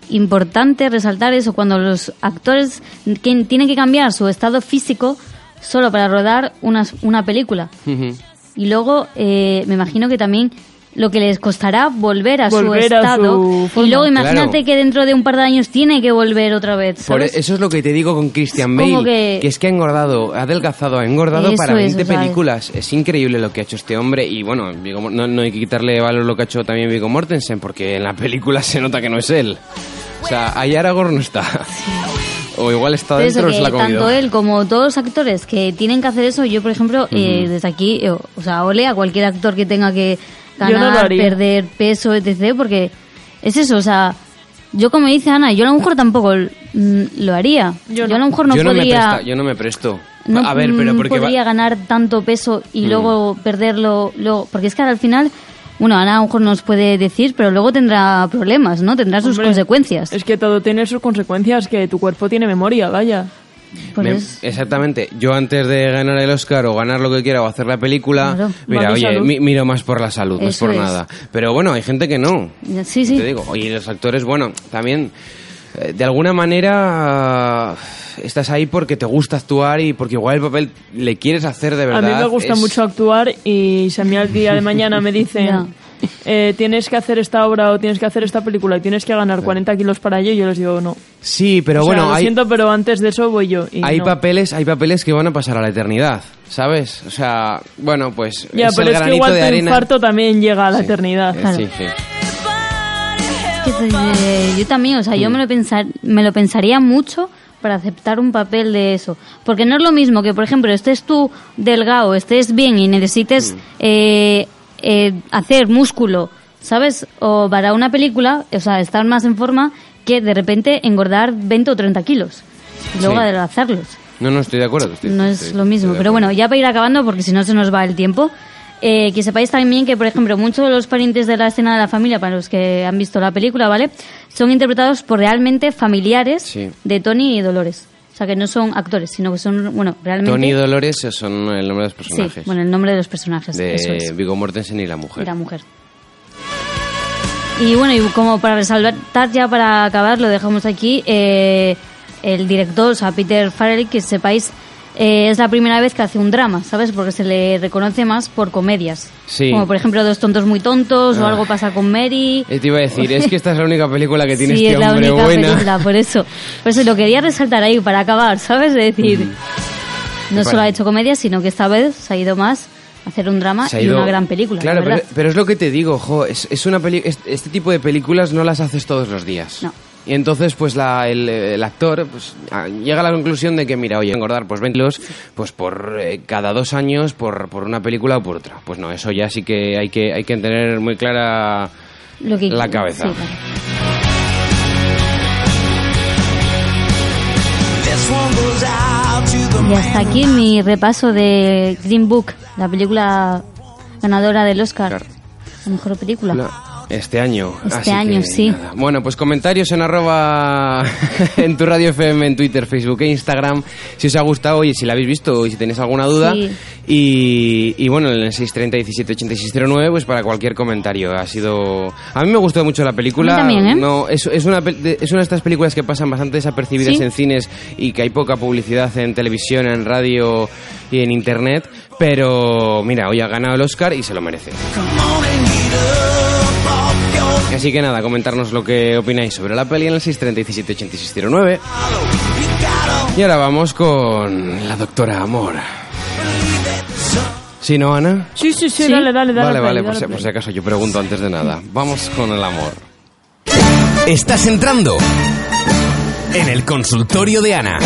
Speaker 4: importante resaltar eso cuando los actores que- tienen que cambiar su estado físico solo para rodar una, una película.
Speaker 1: Ujú.
Speaker 4: Y luego eh, me imagino que también lo que les costará volver a
Speaker 3: Volver
Speaker 4: su
Speaker 3: a
Speaker 4: estado.
Speaker 3: su forma.
Speaker 4: y luego imagínate
Speaker 1: Claro.
Speaker 4: que dentro de un par de años tiene que volver otra vez.
Speaker 1: Por
Speaker 4: ¿sabes?
Speaker 1: eso es lo que te digo con Christian
Speaker 4: Es como
Speaker 1: Bale, que...
Speaker 4: que-
Speaker 1: es que ha engordado, ha adelgazado, ha engordado
Speaker 4: Eso
Speaker 1: para
Speaker 4: es,
Speaker 1: 20
Speaker 4: o sea,
Speaker 1: películas. Es increíble lo que ha hecho este hombre y bueno, Viggo Mor- no, no hay que quitarle valor lo que ha hecho también Viggo Mortensen porque en la película (laughs) se nota que no es él. O sea, ahí Aragorn no está. O igual está
Speaker 4: Pero eso,
Speaker 1: dentro, se la ha
Speaker 4: que eh, tanto
Speaker 1: comido.
Speaker 4: él como todos los actores que tienen que hacer eso, yo por ejemplo, eh, desde aquí, eh, o sea, ole a cualquier actor que tenga que
Speaker 3: Yo no lo
Speaker 4: ganar,
Speaker 3: haría.
Speaker 4: perder peso, etc. Porque es eso, o sea, yo como dice Ana, yo a lo mejor tampoco mm, lo haría. Yo,
Speaker 3: Yo
Speaker 4: a lo
Speaker 3: no.
Speaker 4: mejor no
Speaker 1: yo, no me
Speaker 4: podría...
Speaker 1: presta- yo no me presto.
Speaker 4: no,
Speaker 1: a ver, pero
Speaker 4: mm,
Speaker 1: porque va- Mm.
Speaker 4: podría ganar tanto peso y luego perderlo luego porque es que ahora al final bueno Ana a lo mejor nos puede decir pero luego tendrá problemas no tendrá sus
Speaker 3: Hombre,
Speaker 4: consecuencias
Speaker 3: Es que todo tiene sus consecuencias, que tu cuerpo tiene memoria, vaya.
Speaker 4: Por
Speaker 1: Me-
Speaker 4: eso.
Speaker 1: Exactamente. Yo antes de ganar el Oscar o ganar lo que quiera o hacer la película,
Speaker 4: Claro.
Speaker 1: mira,
Speaker 3: Va tu
Speaker 1: oye,
Speaker 3: salud.
Speaker 1: mi- miro más por la salud, no es
Speaker 4: Eso
Speaker 1: por
Speaker 4: es.
Speaker 1: nada. Pero bueno, hay gente que no.
Speaker 4: sí sí
Speaker 1: Te digo, oye, los actores, bueno, también eh, de alguna manera eh, estás ahí porque te gusta actuar y porque igual el papel le quieres hacer de
Speaker 3: A
Speaker 1: verdad.
Speaker 3: mí me gusta
Speaker 1: Es-
Speaker 3: mucho actuar y si a mí al día de mañana me
Speaker 4: (laughs)
Speaker 3: dicen
Speaker 4: Ya.
Speaker 3: eh, tienes que hacer esta obra o tienes que hacer esta película y tienes que ganar 40 kilos para ello, yo les digo no.
Speaker 1: Sí, pero
Speaker 3: O sea,
Speaker 1: bueno,
Speaker 3: lo
Speaker 1: hay,
Speaker 3: siento, pero antes de eso voy yo. y
Speaker 1: hay
Speaker 3: no.
Speaker 1: papeles, hay papeles que van a pasar a la eternidad, ¿sabes? O sea, bueno, pues
Speaker 3: Ya,
Speaker 1: es
Speaker 3: pero
Speaker 1: el
Speaker 3: es que
Speaker 1: granito
Speaker 3: igual
Speaker 1: de
Speaker 3: tu
Speaker 1: arena.
Speaker 3: infarto también llega a la eternidad.
Speaker 1: Eh,
Speaker 4: Claro.
Speaker 1: sí, sí.
Speaker 4: Que te- eh, yo también, o sea, yo me lo, pensar, me lo pensaría mucho para aceptar un papel de eso. Porque no es lo mismo que, por ejemplo, estés tú delgado, estés bien y necesites eh, eh, hacer músculo, ¿sabes? O para una película, o sea, estar más en forma que de repente engordar 20 o 30 kilos y luego
Speaker 1: Sí.
Speaker 4: adelgazarlos.
Speaker 1: No, no, estoy de acuerdo. estoy-
Speaker 4: No
Speaker 1: estoy-
Speaker 4: es lo
Speaker 1: estoy
Speaker 4: mismo.
Speaker 1: de
Speaker 4: Pero
Speaker 1: acuerdo.
Speaker 4: bueno, ya para ir acabando, porque si no se nos va el tiempo, eh, que sepáis también que, por ejemplo, muchos de los parientes de la escena de la familia, para los que han visto la película, ¿vale? Son interpretados por realmente familiares
Speaker 1: Sí.
Speaker 4: de Tony y Dolores. O sea, que no son actores, sino que son, bueno, realmente...
Speaker 1: Tony y Dolores son el nombre de los
Speaker 4: Sí,
Speaker 1: personajes.
Speaker 4: bueno, el nombre de los personajes. eso
Speaker 1: de
Speaker 4: es.
Speaker 1: Vigo Mortensen y la mujer.
Speaker 4: Y la mujer. Y bueno, y como para resaltar ya para acabar, lo dejamos aquí. eh, el director, o sea, Peter Farrell, que sepáis, eh, es la primera vez que hace un drama, ¿sabes? Porque se le reconoce más por comedias.
Speaker 1: Sí.
Speaker 4: Como por ejemplo Dos tontos muy tontos o
Speaker 1: Ah.
Speaker 4: algo pasa con Mary.
Speaker 1: Eh, te iba a decir, es
Speaker 4: (laughs)
Speaker 1: que esta es la única película que tiene
Speaker 4: sí,
Speaker 1: este
Speaker 4: es la
Speaker 1: hombre
Speaker 4: única
Speaker 1: buena.
Speaker 4: película, por eso. Por eso lo quería resaltar ahí para acabar, ¿sabes? De decir, no
Speaker 1: Mm. Me
Speaker 4: solo ha
Speaker 1: parece.
Speaker 4: hecho comedia, sino que esta vez se ha ido más a hacer un drama
Speaker 1: Se ha
Speaker 4: y
Speaker 1: ido-
Speaker 4: una gran película.
Speaker 1: Claro,
Speaker 4: la
Speaker 1: pero,
Speaker 4: verdad.
Speaker 1: pero es lo que te digo, jo, es, es una peli- es- este tipo de películas no las haces todos los días.
Speaker 4: No.
Speaker 1: Y entonces, pues la- el, el actor pues, a- llega a la conclusión de que, mira, oye, engordar pues 20 kilos, pues por eh, cada dos años, por, por una película o por otra. Pues no, eso ya sí que hay que, hay que tener muy clara
Speaker 4: Lo que-
Speaker 1: la cabeza.
Speaker 4: sí, claro. Y hasta aquí mi repaso de Green Book, la película ganadora del Oscar.
Speaker 1: Claro.
Speaker 4: La mejor película.
Speaker 1: La- Este año.
Speaker 4: Este
Speaker 1: así
Speaker 4: año,
Speaker 1: que
Speaker 4: sí.
Speaker 1: nada. Bueno, pues comentarios en arroba (laughs) en tu radio FM, en Twitter, Facebook e Instagram. Si os ha gustado y si la habéis visto y si tenéis alguna duda.
Speaker 4: Sí.
Speaker 1: Y, y bueno, en el 630 17 8609, pues para cualquier comentario. Ha sido. A mí me gustó mucho la película.
Speaker 4: A mí también, ¿eh?
Speaker 1: No, es, es una, pel- de- es una de estas películas que pasan bastante desapercibidas
Speaker 4: Sí.
Speaker 1: en cines y que hay poca publicidad en televisión, en radio y en internet. Pero mira, hoy ha ganado el Oscar y se lo merece. Así que nada, comentarnos lo que opináis sobre la peli en el 630-178609. Y ahora vamos con la doctora Amor. ¿Sí, no, Ana?
Speaker 3: Sí, sí, sí,
Speaker 4: Sí.
Speaker 3: dale, dale, dale.
Speaker 1: vale,
Speaker 3: play,
Speaker 1: vale, pues, eh, por
Speaker 3: dale
Speaker 1: si,
Speaker 3: play.
Speaker 1: por si acaso yo pregunto antes de nada. Vamos con el amor.
Speaker 2: Estás entrando en el consultorio de Ana.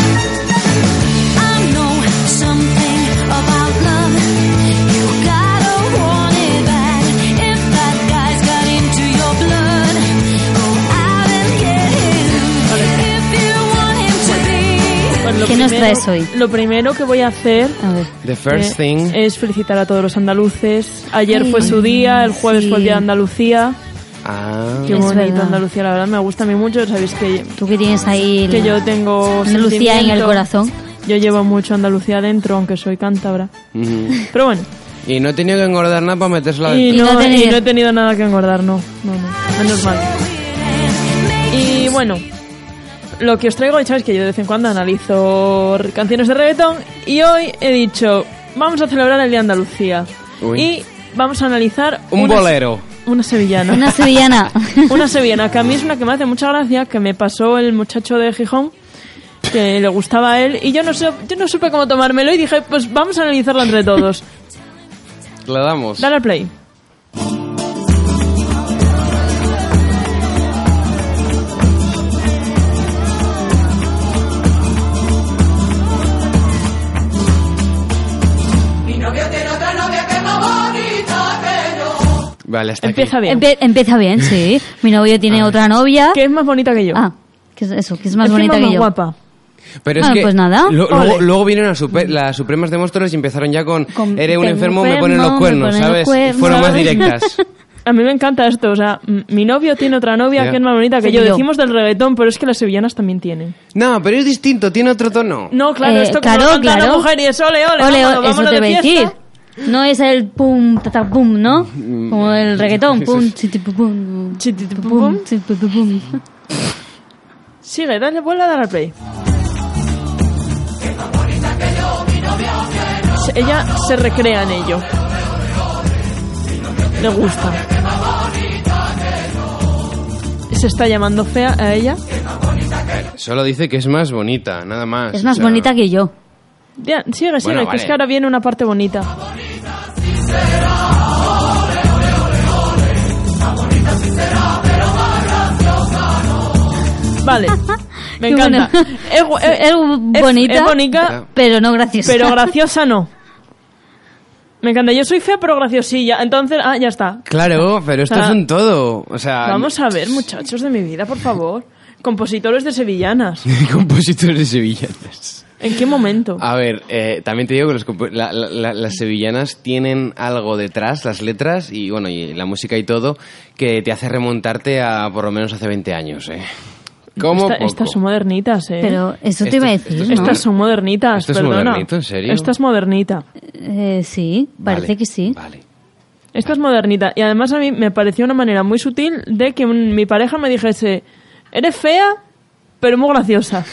Speaker 3: Bueno, Pues lo
Speaker 4: ¿Qué nos
Speaker 3: primero-
Speaker 4: traes hoy?
Speaker 3: Lo primero que voy a hacer
Speaker 4: A ver.
Speaker 1: The first
Speaker 3: eh,
Speaker 1: thing...
Speaker 3: es felicitar a todos los andaluces. Ayer
Speaker 4: Ay,
Speaker 3: fue su día, el jueves
Speaker 4: sí.
Speaker 3: fue el día de Andalucía.
Speaker 1: Ah,
Speaker 3: Qué
Speaker 4: Es
Speaker 3: bonito
Speaker 4: verdad.
Speaker 3: Andalucía, la verdad me gusta a mí mucho. Sabéis que,
Speaker 4: Tú que tienes ahí
Speaker 3: que
Speaker 4: la-
Speaker 3: yo tengo.
Speaker 4: Andalucía en el
Speaker 3: sentimiento.
Speaker 4: corazón.
Speaker 3: Yo llevo mucho Andalucía dentro, aunque soy cántabra.
Speaker 1: ujú.
Speaker 3: Pero bueno.
Speaker 1: Y no he tenido que engordar nada para metérsela
Speaker 3: Y
Speaker 1: del...
Speaker 4: no
Speaker 3: no,
Speaker 4: tener-
Speaker 3: y no he tenido nada que engordar, no. No, no. Menos mal. Y bueno, lo que os traigo, sabéis que yo de vez en cuando analizo r- canciones de reggaetón y hoy he dicho, vamos a celebrar el Día de Andalucía.
Speaker 1: Uy.
Speaker 3: Y vamos a analizar...
Speaker 1: Un
Speaker 3: una-
Speaker 1: bolero.
Speaker 3: Una sevillana. (laughs)
Speaker 4: Una sevillana.
Speaker 3: Una sevillana, que a mí es una que me hace mucha gracia, que me pasó el muchacho de Gijón, que le gustaba a él, y yo no, sé, yo no supe cómo tomármelo y dije, pues vamos a analizarlo
Speaker 1: (laughs)
Speaker 3: entre todos.
Speaker 1: La damos.
Speaker 3: Dale al play.
Speaker 1: Vale, hasta aquí.
Speaker 3: Empieza bien.
Speaker 4: (laughs) Empe- empieza bien, sí. Mi novio
Speaker 1: Ah.
Speaker 4: tiene otra novia.
Speaker 3: que es más bonita que yo.
Speaker 4: Ah, que es eso, que es más
Speaker 3: Encima
Speaker 4: bonita que
Speaker 3: más
Speaker 4: yo.
Speaker 3: guapa.
Speaker 1: Pero es
Speaker 4: Bueno,
Speaker 1: que
Speaker 4: pues nada.
Speaker 1: lo- luego,
Speaker 3: Ole.
Speaker 1: luego vinieron a supe- las Supremas de Monstruos y empezaron ya con,
Speaker 4: Con-
Speaker 1: Eres un
Speaker 4: tengo
Speaker 1: enfermo, me ponen los
Speaker 4: enfermo, me
Speaker 1: cuernos,
Speaker 4: ponen los
Speaker 1: ¿sabes?
Speaker 4: cuernos.
Speaker 1: Fueron más directas.
Speaker 4: (laughs)
Speaker 3: A mí me encanta esto, o sea, m- mi novio tiene otra novia
Speaker 1: Ya.
Speaker 3: que es más bonita que
Speaker 4: Sí,
Speaker 3: yo.
Speaker 4: yo.
Speaker 3: Decimos del reggaetón, pero es que las sevillanas también tienen.
Speaker 1: No, pero es distinto, tiene otro tono.
Speaker 3: No, Pues claro,
Speaker 4: Eh,
Speaker 3: esto que
Speaker 4: claro,
Speaker 3: lo canta
Speaker 4: claro.
Speaker 3: la mujer y es ole, ole,
Speaker 4: Ole,
Speaker 3: vámonos,
Speaker 4: eso
Speaker 3: vámonos
Speaker 4: te
Speaker 3: de
Speaker 4: voy a
Speaker 3: fiesta.
Speaker 4: decir. No es el pum, tata, pum, ¿no?
Speaker 1: Mm,
Speaker 4: Como el reggaetón. Pum, chiti, pum, pum,
Speaker 3: Chiti, pum, pum.
Speaker 4: chiti, pum, pum.
Speaker 3: Sigue, dale, vuelve a dar al play. Se- Ella se recrea en ello. Le gusta. Se está llamando fea a ella.
Speaker 1: Solo dice que es más bonita, nada más.
Speaker 4: Es
Speaker 1: o
Speaker 4: más
Speaker 1: sea,
Speaker 4: bonita que yo.
Speaker 3: Ya, sigue, sigue,
Speaker 1: Bueno,
Speaker 3: que es
Speaker 1: vale.
Speaker 3: que ahora viene una parte bonita. Vale, me
Speaker 4: Qué
Speaker 3: encanta.
Speaker 4: bueno.
Speaker 3: Es, gu- es-
Speaker 4: Es
Speaker 3: es-
Speaker 4: bonita,
Speaker 3: es bonita,
Speaker 4: pero no graciosa. (laughs)
Speaker 3: pero graciosa no. Me encanta, yo soy fea pero graciosilla, entonces, ah, ya está.
Speaker 1: Claro, pero esto
Speaker 3: O sea,
Speaker 4: Ah.
Speaker 1: es un todo. O sea, (laughs)
Speaker 3: Vamos a ver, muchachos de mi vida, por favor. Compositores de sevillanas.
Speaker 1: compositores sevillanos.
Speaker 3: ¿En qué momento?
Speaker 1: A ver, eh, también te digo que los compo- la- la- la- las sevillanas tienen algo detrás, las letras y bueno, y la música y todo, que te hace remontarte a por lo menos hace 20 años, ¿eh? ¿Cómo?
Speaker 3: Esta-
Speaker 1: poco.
Speaker 3: estas son modernitas, eh.
Speaker 4: Pero eso
Speaker 1: Esto-
Speaker 4: te iba a
Speaker 1: esto
Speaker 4: decir,
Speaker 1: es
Speaker 4: ¿no?
Speaker 3: Estas son modernitas,
Speaker 1: ¿Esto es
Speaker 3: perdona.
Speaker 1: modernito, en serio?
Speaker 3: Esta es modernita.
Speaker 4: Eh, sí,
Speaker 1: Vale,
Speaker 4: parece que sí.
Speaker 1: Vale.
Speaker 3: Esta es modernita. Y además a mí me pareció una manera muy sutil de que un- mi pareja me dijese, eres fea, pero muy graciosa.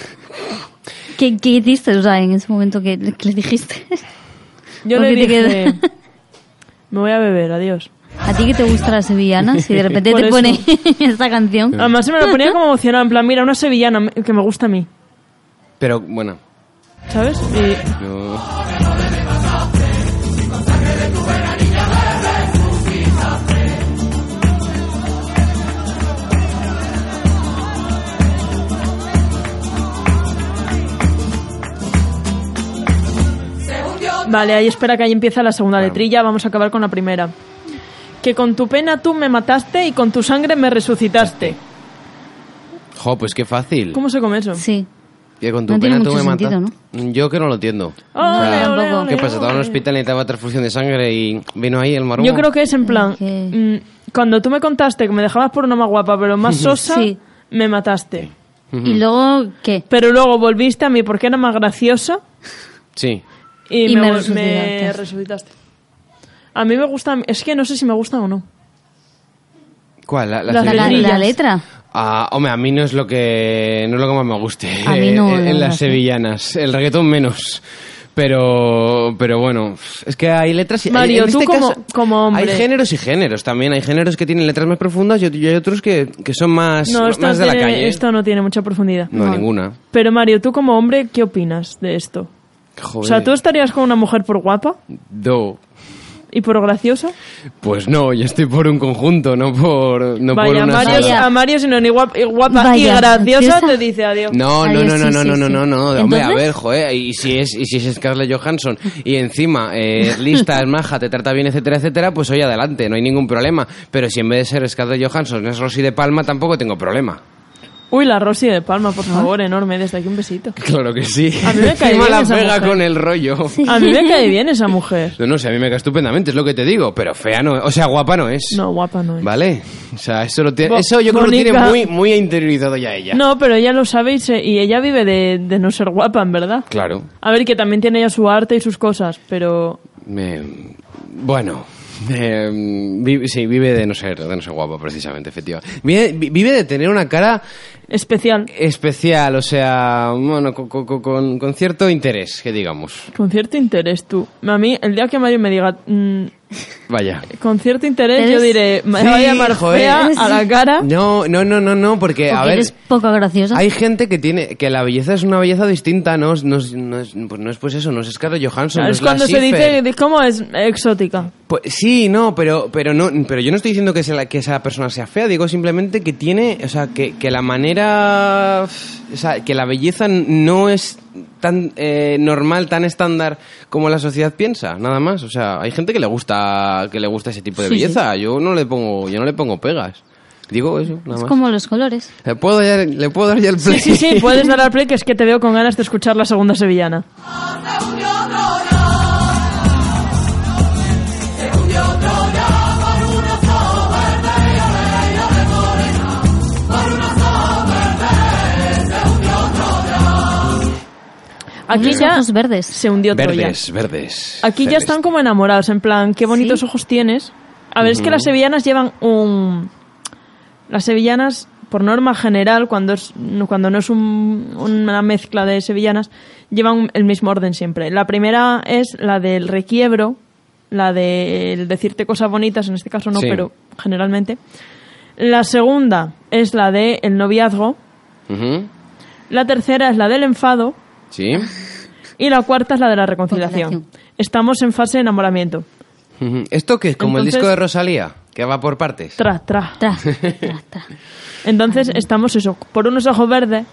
Speaker 4: ¿Qué, qué hiciste, o sea, en ese momento que, que le dijiste? (laughs)
Speaker 3: Yo
Speaker 4: ¿Con
Speaker 3: le
Speaker 4: qué te
Speaker 3: dije,
Speaker 4: quedas?
Speaker 3: me voy a beber, adiós.
Speaker 4: ¿A ti que te gustan las sevillanas? Y
Speaker 3: (laughs)
Speaker 4: de repente
Speaker 3: Por
Speaker 4: te
Speaker 3: eso.
Speaker 4: pone (laughs) esta canción.
Speaker 3: Además se me lo ponía como emocionada, en plan, mira, una sevillana me- que me gusta a mí,
Speaker 1: Pero bueno,
Speaker 3: ¿sabes? Y
Speaker 1: yo-
Speaker 3: vale, ahí espera que ahí empieza la segunda letrilla, vamos a acabar con la primera. Que con tu pena tú me mataste y con tu sangre me resucitaste.
Speaker 1: Jo, pues qué fácil.
Speaker 3: ¿Cómo se come eso?
Speaker 4: Sí.
Speaker 1: Que con tu
Speaker 4: No tiene
Speaker 1: pena tú me
Speaker 4: mucho
Speaker 1: matas.
Speaker 4: sentido,
Speaker 1: Yo que no lo entiendo.
Speaker 3: Ole, ole,
Speaker 4: Tampoco.
Speaker 3: ole,
Speaker 1: ¿Qué pasa? Estaba en un
Speaker 3: ole.
Speaker 1: hospital y necesitaba transfusión de sangre y vino ahí el marumo.
Speaker 3: Yo creo que es en plan,
Speaker 4: Ok.
Speaker 3: mm, cuando tú me contaste que me dejabas por una más guapa, pero más sosa,
Speaker 4: Sí.
Speaker 3: me mataste.
Speaker 4: ¿Y luego qué?
Speaker 3: Pero luego volviste a mí porque era más graciosa
Speaker 1: Sí.
Speaker 3: y,
Speaker 4: Y
Speaker 3: me,
Speaker 4: me
Speaker 3: vol- me
Speaker 4: resucitaste.
Speaker 3: resucitaste. A mí me gusta, es que no sé si me gusta o no.
Speaker 1: ¿Cuál? La, la
Speaker 3: La-
Speaker 4: La, la-
Speaker 1: sevillana?
Speaker 4: la letra.
Speaker 1: Ah, hombre, a mí no es lo que no es lo que más me guste.
Speaker 4: A
Speaker 1: (laughs)
Speaker 4: mí no,
Speaker 1: Eh,
Speaker 4: la
Speaker 1: en
Speaker 4: verdad,
Speaker 1: las
Speaker 4: sí.
Speaker 1: sevillanas, el reggaetón menos. Pero pero bueno, es que hay letras y
Speaker 3: Mario,
Speaker 1: en este
Speaker 3: tú como- como hombre.
Speaker 1: hay géneros y géneros también, hay géneros que tienen letras más profundas y, ot- y hay otros que, que son más
Speaker 3: No, esto,
Speaker 1: más de la
Speaker 3: tiene-
Speaker 1: calle.
Speaker 3: esto no tiene mucha profundidad.
Speaker 1: no,
Speaker 4: no.
Speaker 1: ninguna.
Speaker 3: Pero Mario, tú como hombre, ¿qué opinas de esto?
Speaker 1: Joder.
Speaker 3: O sea, ¿tú estarías con una mujer por guapa
Speaker 1: Do.
Speaker 3: y por graciosa?
Speaker 1: Pues no, yo estoy por un conjunto, no por no por
Speaker 3: Vaya,
Speaker 1: una
Speaker 3: Mario,
Speaker 1: sola.
Speaker 4: Vaya.
Speaker 3: a Mario, si no ni guapa, y, guapa y
Speaker 4: Vaya,
Speaker 3: graciosa,
Speaker 4: graciosa.
Speaker 3: te dice adiós.
Speaker 1: No, no,
Speaker 4: Adiós,
Speaker 1: no, no,
Speaker 4: sí,
Speaker 1: no,
Speaker 4: sí,
Speaker 1: no, no,
Speaker 4: sí.
Speaker 1: no, Hombre, a
Speaker 4: ¿Entonces?
Speaker 1: ver, joder, y si es, y si es Scarlett Johansson y encima eh,
Speaker 3: (laughs)
Speaker 1: es lista, es maja, te trata bien, etcétera, etcétera, pues oye, adelante, no hay ningún problema. Pero si en vez de ser Scarlett Johansson es Rosy de Palma, tampoco tengo problema. (laughs)
Speaker 3: Uy, la Rosy de Palma, por
Speaker 4: Ah.
Speaker 3: favor, enorme, desde aquí un besito.
Speaker 1: Claro que sí.
Speaker 3: A mí me cae
Speaker 1: encima
Speaker 3: bien
Speaker 1: la
Speaker 3: esa
Speaker 1: pega
Speaker 3: mujer.
Speaker 1: con el rollo.
Speaker 3: A mí me cae bien esa mujer.
Speaker 1: No, no, si a mí me cae estupendamente, es lo que te digo, pero fea no es, o sea, guapa no es.
Speaker 3: No, guapa no es.
Speaker 1: ¿Vale? O sea, eso, lo tiene,
Speaker 3: Bo-
Speaker 1: eso yo creo que lo tiene
Speaker 3: Mónica.
Speaker 1: muy, muy interiorizado ya ella.
Speaker 3: No, pero ella lo sabe y, se- y ella vive de, de no ser guapa, en verdad.
Speaker 1: Claro.
Speaker 3: A ver, que también tiene ella su arte y sus cosas, pero...
Speaker 1: Eh, bueno, eh, vi- sí, vive de no ser, de no ser guapo, precisamente, efectiva. Vive, vi- vive de tener una cara
Speaker 3: Especial.
Speaker 1: especial, o sea, bueno, co- co- co- con, con cierto interés, que digamos.
Speaker 3: Con cierto interés, tú. A mí, el día que Mario me diga... mm,
Speaker 1: Vaya.
Speaker 3: con cierto interés,
Speaker 4: Eres-
Speaker 3: yo diré... Me voy a llamar
Speaker 1: Sí, joder.
Speaker 3: fea a la cara.
Speaker 1: No, no, no, no, no, porque, Eh, a
Speaker 4: Porque
Speaker 1: ver...
Speaker 4: eres poco graciosa.
Speaker 1: Hay gente que tiene que la belleza es una belleza distinta, no, es- no, es- no es, pues no es pues eso, no es Scarlett Johansson, no
Speaker 3: es
Speaker 1: es la
Speaker 3: cuando se
Speaker 1: Schiffer.
Speaker 3: dice... ¿Cómo es exótica?
Speaker 1: Pues sí, no, pero pero no, pero yo no estoy diciendo que, se la- que esa persona sea fea, digo simplemente que tiene, o sea, que, que la manera, o sea, que la belleza no es tan eh, normal, tan estándar como la sociedad piensa, nada más. O sea, hay gente que le gusta que le gusta ese tipo de
Speaker 4: Sí,
Speaker 1: belleza. Yo no le pongo, yo no le pongo pegas. Digo eso, nada
Speaker 4: es
Speaker 1: más.
Speaker 4: como los colores.
Speaker 1: Le puedo dar, le puedo dar ya el play.
Speaker 3: Sí, sí, sí, puedes dar al play, que es que te veo con ganas de escuchar la segunda sevillana. Aquí
Speaker 4: Unos
Speaker 3: ya
Speaker 4: ojos verdes.
Speaker 3: se hundió Troya.
Speaker 1: verdes, verdes.
Speaker 3: Aquí ya
Speaker 1: Verdes.
Speaker 3: están como enamorados, en plan, qué bonitos
Speaker 4: Sí.
Speaker 3: ojos tienes. A ver, es que las sevillanas llevan un... Las sevillanas, por norma general, cuando, es, cuando no es un- una mezcla de sevillanas, llevan un- el mismo orden siempre. La primera es la del requiebro, la del decirte cosas bonitas, en este caso no,
Speaker 1: Sí.
Speaker 3: pero generalmente. La segunda es la del noviazgo.
Speaker 1: Ujú.
Speaker 3: La tercera es la del enfado.
Speaker 1: Sí.
Speaker 3: Y la cuarta es la de la reconciliación.
Speaker 4: Reconciliación.
Speaker 3: Estamos en fase de enamoramiento.
Speaker 1: Ujú. ¿Esto qué es? Como el
Speaker 3: Entonces-
Speaker 1: disco de Rosalía, que va por partes.
Speaker 3: Tra, tra.
Speaker 4: Tra,
Speaker 1: (laughs)
Speaker 4: tra, tra.
Speaker 3: Entonces estamos eso, por unos ojos verdes,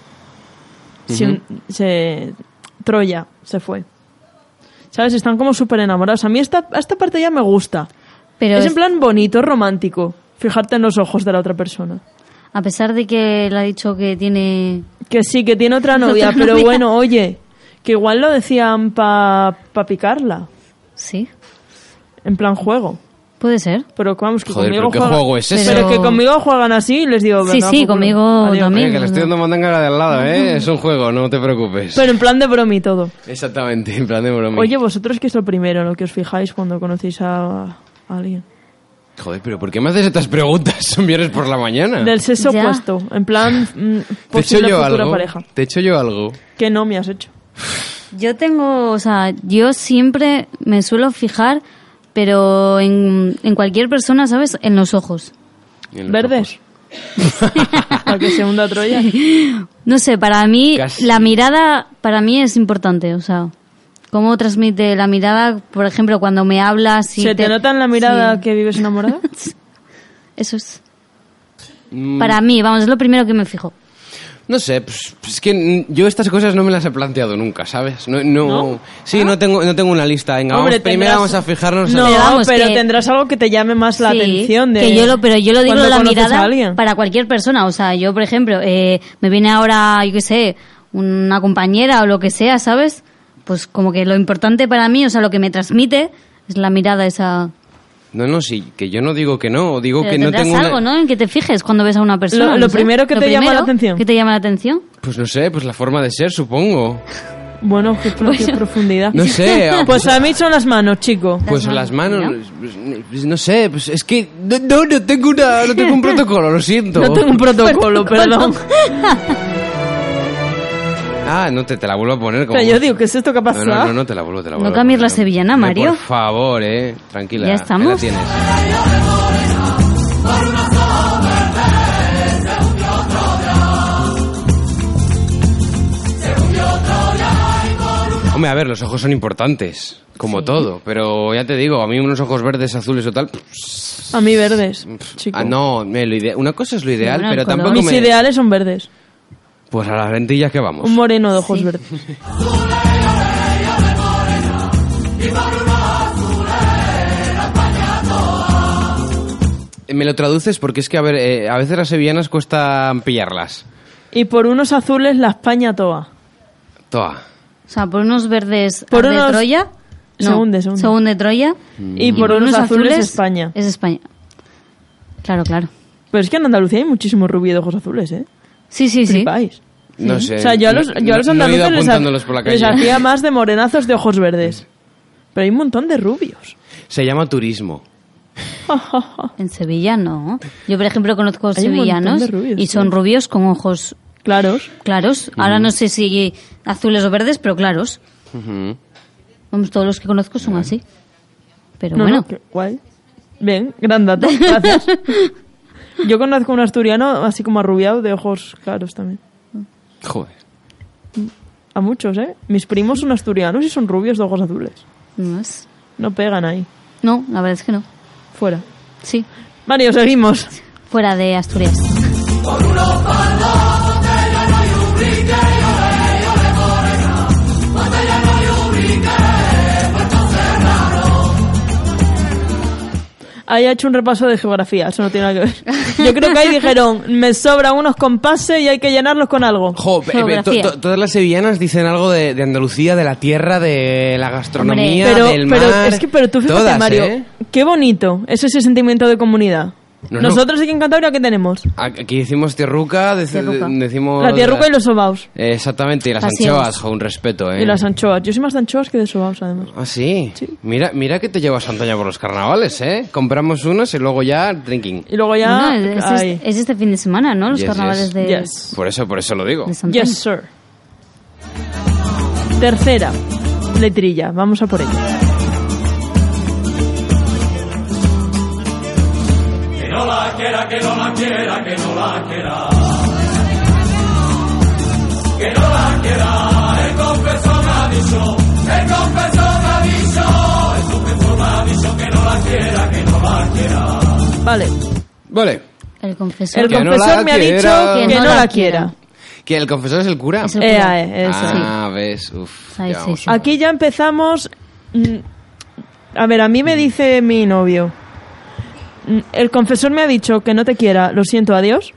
Speaker 3: si un- se, Troya se fue. ¿Sabes? Están como súper enamorados. A mí esta, esta parte ya me gusta.
Speaker 4: Pero
Speaker 3: es
Speaker 4: es-
Speaker 3: en plan bonito, romántico, fijarte en los ojos de la otra persona.
Speaker 4: a pesar de que le ha dicho que tiene...
Speaker 3: Que sí, que tiene otra novia,
Speaker 4: (laughs) Otra
Speaker 3: pero
Speaker 4: novia.
Speaker 3: bueno, oye, que igual lo decían para picarla,
Speaker 4: Sí,
Speaker 3: en plan juego.
Speaker 4: puede ser.
Speaker 3: Pero que vamos, que
Speaker 1: Joder,
Speaker 3: conmigo
Speaker 1: pero ¿qué
Speaker 3: juegan-
Speaker 1: juego es
Speaker 4: ese?
Speaker 3: Pero que
Speaker 4: Pero-
Speaker 3: conmigo juegan así y les digo...
Speaker 4: Sí,
Speaker 3: "Venga, por
Speaker 4: sí,
Speaker 3: culo".
Speaker 4: conmigo
Speaker 3: Adiós.
Speaker 4: también.
Speaker 1: Oye, que le estoy dando mandanga de al lado, ¿eh? Es un juego, no te preocupes.
Speaker 3: Pero en plan de broma y todo.
Speaker 1: Exactamente, en plan de broma.
Speaker 3: Oye, vosotros qué es lo primero, lo que os fijáis cuando conocéis a, a alguien.
Speaker 1: Joder, pero ¿por qué me haces estas preguntas (laughs) un viernes por la mañana?
Speaker 3: Del sexo
Speaker 4: Ya.
Speaker 3: opuesto, en
Speaker 1: (laughs)
Speaker 3: plan mm,
Speaker 1: Te echo
Speaker 3: posible
Speaker 1: Ah. yo
Speaker 3: futura
Speaker 1: algo.
Speaker 3: pareja.
Speaker 1: Te echo yo algo.
Speaker 3: Que no me has hecho.
Speaker 4: Yo tengo, o sea, yo siempre me suelo fijar, pero en, en cualquier persona, ¿sabes? En los ojos.
Speaker 1: Y en los
Speaker 3: ¿Verdes? (laughs) Para que se hunda Troya.
Speaker 4: (laughs) No sé, para mí
Speaker 1: Casi.
Speaker 4: la mirada, para mí es importante, o sea, cómo transmite la mirada, por ejemplo, cuando me hablas y
Speaker 3: ¿Se te nota en la mirada
Speaker 4: Sí,
Speaker 3: que vives
Speaker 1: (laughs)
Speaker 3: enamorada?
Speaker 4: Eso es.
Speaker 1: Mm.
Speaker 4: Para mí, vamos, es lo primero que me fijo.
Speaker 1: No sé, pues, pues es que mm, yo estas cosas no me las he planteado nunca, ¿sabes? No, no,
Speaker 3: ¿No? ¿Ah?
Speaker 1: sí, no tengo, no tengo una lista. Venga,
Speaker 3: Hombre,
Speaker 1: vamos, primero
Speaker 3: tendrás-
Speaker 1: vamos a fijarnos.
Speaker 3: No,
Speaker 1: a-
Speaker 4: Pero vamos,
Speaker 3: pero
Speaker 4: que-
Speaker 3: tendrás algo que te llame más la
Speaker 4: Sí,
Speaker 3: atención. De
Speaker 4: que yo lo, pero yo lo digo
Speaker 3: cuando
Speaker 4: la
Speaker 3: conoces a
Speaker 4: mirada
Speaker 3: alguien.
Speaker 4: para cualquier persona. O sea, yo, por ejemplo, eh, me viene ahora, yo qué sé, una compañera o lo que sea, ¿sabes? Pues como que lo importante para mí, o sea, lo que me transmite es la mirada esa.
Speaker 1: no, no, sí, que yo no digo que no, digo
Speaker 4: Pero
Speaker 1: que no
Speaker 4: tendrás
Speaker 1: tengo una-
Speaker 4: algo, ¿no? En que te fijes cuando ves a una persona.
Speaker 3: Lo-
Speaker 4: no
Speaker 3: lo
Speaker 4: sé.
Speaker 3: primero que te llama la atención.
Speaker 4: que te llama la atención.
Speaker 1: Pues no sé, pues la forma de ser, supongo.
Speaker 3: Bueno, qué, pro- qué
Speaker 4: Bueno.
Speaker 3: profundidad.
Speaker 1: No
Speaker 3: (laughs)
Speaker 1: sé, ah,
Speaker 3: Pues a mí son las manos, chico.
Speaker 1: Pues
Speaker 4: Las
Speaker 1: las
Speaker 4: manos,
Speaker 1: manos, pues, pues, no sé, pues es que no, no, no tengo una, no tengo un protocolo, lo siento.
Speaker 3: No tengo un
Speaker 4: (laughs)
Speaker 1: (laughs)
Speaker 3: protocolo, perdón.
Speaker 1: Ah, no te, te la vuelvo a poner
Speaker 3: O
Speaker 1: como.
Speaker 3: sea, yo digo, ¿qué es esto que ha
Speaker 1: no,
Speaker 3: pasado?
Speaker 1: no, no, no, te la vuelvo, te la
Speaker 4: No
Speaker 1: vuelvo. a
Speaker 4: cambies la
Speaker 1: poner.
Speaker 4: sevillana,
Speaker 1: Hombre,
Speaker 4: Mario.
Speaker 1: Por favor, eh, tranquila.
Speaker 4: Ya
Speaker 1: ahí La
Speaker 4: estamos.
Speaker 1: tienes. Hombre, a ver, los ojos son importantes, como todo, pero ya te digo, a mí unos ojos verdes, azules o tal,
Speaker 3: A mí verdes, chico.
Speaker 1: Ah, no, me- lo ide- una cosa es lo ideal,
Speaker 4: Bueno,
Speaker 1: pero
Speaker 4: el color.
Speaker 1: tampoco
Speaker 3: Mis
Speaker 1: me...
Speaker 3: ideales son verdes.
Speaker 1: Pues a las lentillas que vamos.
Speaker 3: Un moreno de ojos
Speaker 4: Sí.
Speaker 3: verdes.
Speaker 1: Eh, Me lo traduces porque es que, a ver, eh, a veces las sevillanas cuesta pillarlas.
Speaker 3: Y por unos azules la España toa.
Speaker 1: Toa.
Speaker 4: O sea, por unos verdes
Speaker 3: Por
Speaker 4: de
Speaker 3: unos-
Speaker 4: Troya. No,
Speaker 3: Se hunde, se hunde.
Speaker 4: Según de Troya.
Speaker 1: Mm.
Speaker 3: Y por unos azules, España.
Speaker 4: Es España. Claro, claro.
Speaker 3: Pero es que en Andalucía hay muchísimo rubio de ojos azules, ¿eh?
Speaker 4: Sí, sí, sí.
Speaker 3: Flipáis.
Speaker 1: No sé.
Speaker 3: O sea, yo a los,
Speaker 1: no-
Speaker 3: yo a los
Speaker 1: no- no he ido
Speaker 3: andaluces les, ha-
Speaker 1: apuntándolos por la
Speaker 3: les
Speaker 1: calle.
Speaker 3: hacía más de morenazos de ojos verdes. Pero hay un montón de rubios.
Speaker 1: (laughs)
Speaker 3: (laughs)
Speaker 1: Se llama turismo.
Speaker 4: En Sevilla no. Yo, por ejemplo, conozco
Speaker 3: Hay un montón
Speaker 4: sevillanos
Speaker 3: de rubios,
Speaker 4: y
Speaker 3: sí.
Speaker 4: son rubios con ojos
Speaker 3: Claros.
Speaker 4: claros. Ahora
Speaker 1: Mm.
Speaker 4: no sé si azules o verdes, pero claros.
Speaker 1: Ujú.
Speaker 4: Vamos, todos los que conozco son así. Pero
Speaker 3: No,
Speaker 4: bueno,
Speaker 3: no, qué guay. Bien, gran dato.
Speaker 4: (laughs)
Speaker 3: Gracias. Yo conozco un asturiano así como arrubiado de ojos claros también.
Speaker 1: Joder.
Speaker 3: A muchos, ¿eh? Mis primos son asturianos y son rubios de ojos azules.
Speaker 4: no es-
Speaker 3: No pegan ahí.
Speaker 4: No, la verdad es que no.
Speaker 3: Fuera.
Speaker 4: Sí,
Speaker 3: Mario, seguimos.
Speaker 4: fuera de Asturias.
Speaker 3: Ahí ha hecho un repaso de geografía, eso no tiene nada
Speaker 4: (laughs)
Speaker 3: que ver. Yo creo que ahí dijeron, me sobran unos compases y hay que llenarlos con algo.
Speaker 1: Jo, pe- pe-
Speaker 4: Geografía.
Speaker 1: to- to- todas las sevillanas dicen algo de, de Andalucía, de la tierra, de la gastronomía,
Speaker 3: Pero,
Speaker 1: del mar.
Speaker 3: pero es que pero tú fíjate,
Speaker 1: todas,
Speaker 3: Mario,
Speaker 1: ¿eh?
Speaker 3: qué bonito es ese sentimiento de comunidad.
Speaker 1: No, no.
Speaker 3: Nosotros aquí en Cantabria, ¿qué tenemos?
Speaker 1: Aquí decimos tierruca, dec-
Speaker 4: Tierruca.
Speaker 1: decimos...
Speaker 3: La tierruca y los sobaos.
Speaker 1: Eh, Exactamente, y las
Speaker 4: Pasión.
Speaker 1: anchoas, con respeto, ¿eh?
Speaker 3: Y las anchoas. Yo soy más de anchoas que de sobaos, además.
Speaker 1: Ah, sí.
Speaker 3: Sí.
Speaker 1: Mira, mira que te llevas Antonia por los carnavales, ¿eh? Compramos unas y luego ya drinking.
Speaker 3: Y luego ya...
Speaker 4: Bueno, es, es-
Speaker 3: ahí.
Speaker 4: es este fin de semana, ¿no? Los
Speaker 1: Yes,
Speaker 4: carnavales
Speaker 1: yes.
Speaker 4: de,
Speaker 3: Yes.
Speaker 1: Por eso, por eso lo digo.
Speaker 4: de Santa
Speaker 3: Yes, sir. Tercera letrilla. Vamos a por ella. Vale.
Speaker 1: Vale.
Speaker 4: Ana. El confesor.
Speaker 3: El
Speaker 1: Que no
Speaker 3: confesor
Speaker 1: la
Speaker 3: me ha
Speaker 1: quiera.
Speaker 3: dicho que, no, la quiera.
Speaker 1: Que el confesor es el cura.
Speaker 4: Es el
Speaker 3: Eh,
Speaker 4: cura.
Speaker 3: eh, eso.
Speaker 1: ah, ves, uff.
Speaker 4: Ay, sí, sí.
Speaker 3: Aquí ya empezamos. mm, A ver, a mí me dice mi novio. mm, El confesor me ha dicho que no te quiera, lo siento, adiós.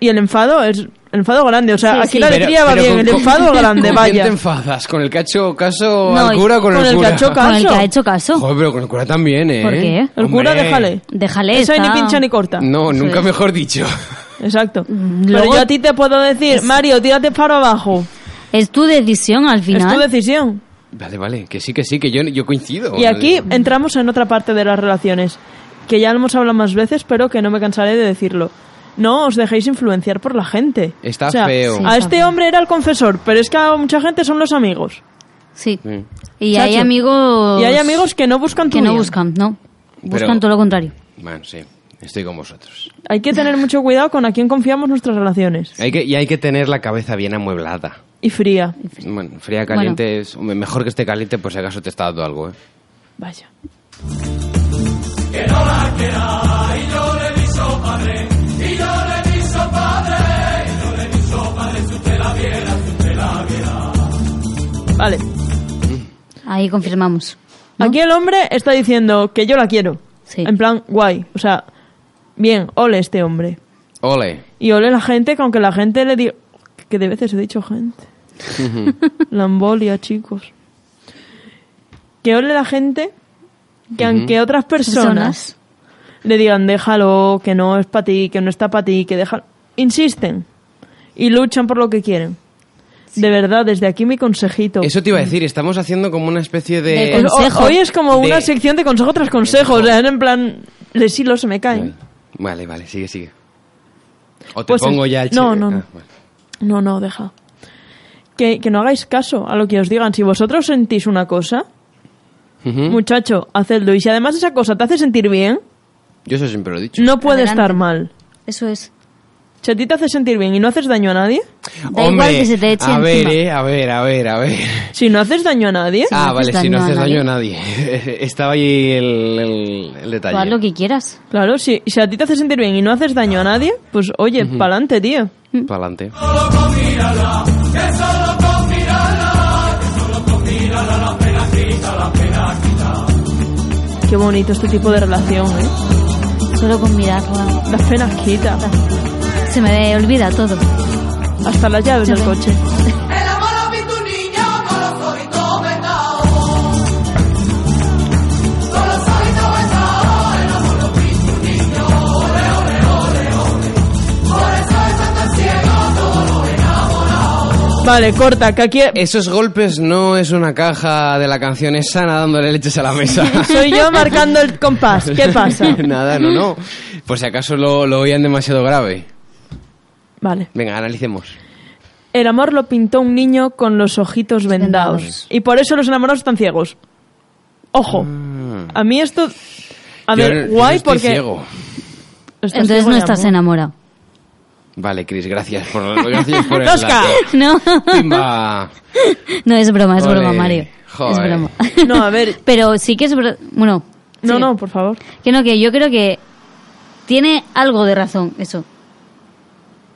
Speaker 3: Y el enfado es. El enfado grande, o sea,
Speaker 4: Sí,
Speaker 3: aquí
Speaker 4: sí.
Speaker 3: la
Speaker 4: Pero-
Speaker 3: alegría va bien, el enfado grande,
Speaker 1: ¿Quién te
Speaker 3: vaya.
Speaker 1: enfadas? ¿Con el que ha hecho caso
Speaker 4: No,
Speaker 1: al cura o con,
Speaker 3: con el que
Speaker 1: cura?
Speaker 3: ha hecho
Speaker 4: Con el que
Speaker 3: caso.
Speaker 4: ha hecho caso.
Speaker 1: Joder, pero con el cura también, ¿eh?
Speaker 4: ¿Por qué? El
Speaker 3: El cura,
Speaker 1: Hombre.
Speaker 3: déjale.
Speaker 4: Déjale.
Speaker 3: Esa ni
Speaker 4: está-
Speaker 3: pincha ni corta.
Speaker 1: No,
Speaker 4: Eso
Speaker 1: nunca
Speaker 4: es.
Speaker 1: mejor dicho. (laughs)
Speaker 3: Exacto. Pero
Speaker 4: Mm, luego-
Speaker 3: yo a ti te puedo decir, Mario, tírate para abajo.
Speaker 4: Es tu decisión al final.
Speaker 3: Es tu decisión.
Speaker 1: Vale, vale, que sí, que sí, que yo, yo coincido.
Speaker 3: Y aquí entramos en otra parte de las relaciones, que ya lo hemos hablado más veces, pero que no me cansaré de decirlo. No os dejéis influenciar por la gente.
Speaker 1: Está
Speaker 3: O sea,
Speaker 1: feo.
Speaker 4: Sí,
Speaker 3: A
Speaker 4: está
Speaker 3: este
Speaker 4: feo.
Speaker 3: hombre era el confesor, pero es que a mucha gente son los amigos.
Speaker 4: Sí.
Speaker 1: Sí.
Speaker 4: Y
Speaker 3: Chacho.
Speaker 4: hay amigos.
Speaker 3: Y hay amigos que no buscan tu
Speaker 4: que no
Speaker 3: bien.
Speaker 4: buscan, no. Buscan
Speaker 1: Pero-
Speaker 4: todo lo contrario.
Speaker 1: Bueno, sí, estoy con vosotros.
Speaker 3: Hay que tener mucho cuidado con a quién confiamos nuestras relaciones.
Speaker 1: Hay que, y hay que tener la cabeza bien amueblada.
Speaker 3: Y fría.
Speaker 1: Bueno, fría, caliente, es, hombre, mejor que esté caliente por si acaso te está dando algo, ¿eh?
Speaker 3: Vaya. Vale.
Speaker 4: Ahí confirmamos.
Speaker 3: Aquí el hombre está diciendo que yo la quiero.
Speaker 4: Sí.
Speaker 3: En plan, guay. O sea, bien, ole este hombre.
Speaker 1: Ole.
Speaker 3: Y ole la gente, que aunque la gente le diga... Que de veces he dicho gente. la embolia, chicos. Que ole la gente, que aunque otras personas,
Speaker 4: Personas.
Speaker 3: le digan déjalo, que no es para ti, que no está para ti, que déjalo... Insisten. Y luchan por lo que quieren. De verdad, desde aquí mi consejito.
Speaker 1: Eso te iba a decir, estamos haciendo como una especie de...
Speaker 4: De
Speaker 3: Pues ho-
Speaker 4: consejo.
Speaker 3: hoy es como
Speaker 1: De-
Speaker 3: una sección de consejo tras consejo. O sea, en plan, les hilos se me caen.
Speaker 1: Vale, vale, sigue, sigue. O te
Speaker 3: Pues
Speaker 1: pongo
Speaker 3: es-
Speaker 1: ya el
Speaker 3: no,
Speaker 1: chile.
Speaker 3: no, no.
Speaker 1: Ah, vale.
Speaker 3: No, no, deja. Que, que no hagáis caso a lo que os digan. Si vosotros sentís una cosa,
Speaker 1: Ujú.
Speaker 3: muchacho, hacedlo. Y si además esa cosa te hace sentir bien,
Speaker 1: Yo eso siempre lo he dicho.
Speaker 3: no puede
Speaker 4: Adelante.
Speaker 3: estar mal.
Speaker 4: Eso es.
Speaker 3: Si a ti te hace sentir bien y no haces daño a nadie,
Speaker 4: Da igual que se te eche
Speaker 1: a ver,
Speaker 4: encima.
Speaker 1: eh, a ver, a ver, a ver.
Speaker 3: si no haces daño a nadie,
Speaker 1: (laughs)
Speaker 4: no
Speaker 1: ah,
Speaker 4: haces
Speaker 1: vale, si no
Speaker 4: daño a
Speaker 1: haces daño a nadie. (laughs) Estaba ahí el, el- el
Speaker 4: Tú haz
Speaker 1: detalle.
Speaker 4: lo que quieras.
Speaker 3: claro, si, si a ti te hace sentir bien y no haces daño a nadie, pues oye, pa'lante, tío.
Speaker 1: Para adelante.
Speaker 3: Qué bonito este tipo de relación, ¿eh?
Speaker 4: Solo con mirarla.
Speaker 3: Las penas quita.
Speaker 4: Se me olvida todo.
Speaker 3: Hasta las llaves del
Speaker 4: Ya ves.
Speaker 3: coche.
Speaker 7: El amor a mí tu niño, con los ojitos vendados. Con los ojitos vendados, el amor lo vi tu niño. Ole, ole, ole, ole. Por eso está tan ciego, todos los enamorados.
Speaker 3: Vale, corta,
Speaker 7: (laughs)
Speaker 3: que aquí
Speaker 1: Esos golpes no es una caja de la canción es sana dándole leches a la mesa.
Speaker 4: (laughs)
Speaker 3: soy yo marcando el compás. ¿Qué
Speaker 7: (laughs)
Speaker 3: pasa?
Speaker 1: (laughs) Nada, no, no. Por si acaso lo, lo oían demasiado grave.
Speaker 3: Vale.
Speaker 1: Venga, analicemos.
Speaker 3: El amor lo pintó un niño con los ojitos vendados.
Speaker 4: Vendados.
Speaker 3: Y por eso los enamorados están ciegos. Ojo. A mí esto. A
Speaker 1: Mm. Yo
Speaker 3: ver,
Speaker 1: no- yo
Speaker 3: guay
Speaker 1: no estoy
Speaker 3: porque.
Speaker 1: ciego.
Speaker 3: Estás
Speaker 4: Entonces
Speaker 3: ciego
Speaker 4: no
Speaker 3: de
Speaker 4: estás
Speaker 3: amor.
Speaker 4: enamorado. (laughs)
Speaker 1: Vale, Chris, gracias por, gracias por
Speaker 3: (laughs)
Speaker 1: el
Speaker 3: Tosca.
Speaker 1: dato.
Speaker 4: No.
Speaker 1: Pimba.
Speaker 4: No, es broma, es
Speaker 1: Ole.
Speaker 4: broma, Mario. Es
Speaker 1: Joder.
Speaker 4: broma.
Speaker 3: No, a ver.
Speaker 4: (laughs) Pero sí que es verdad. Bueno.
Speaker 3: No,
Speaker 4: sí.
Speaker 3: no, por favor.
Speaker 4: Que no, que yo creo que tiene algo de razón eso.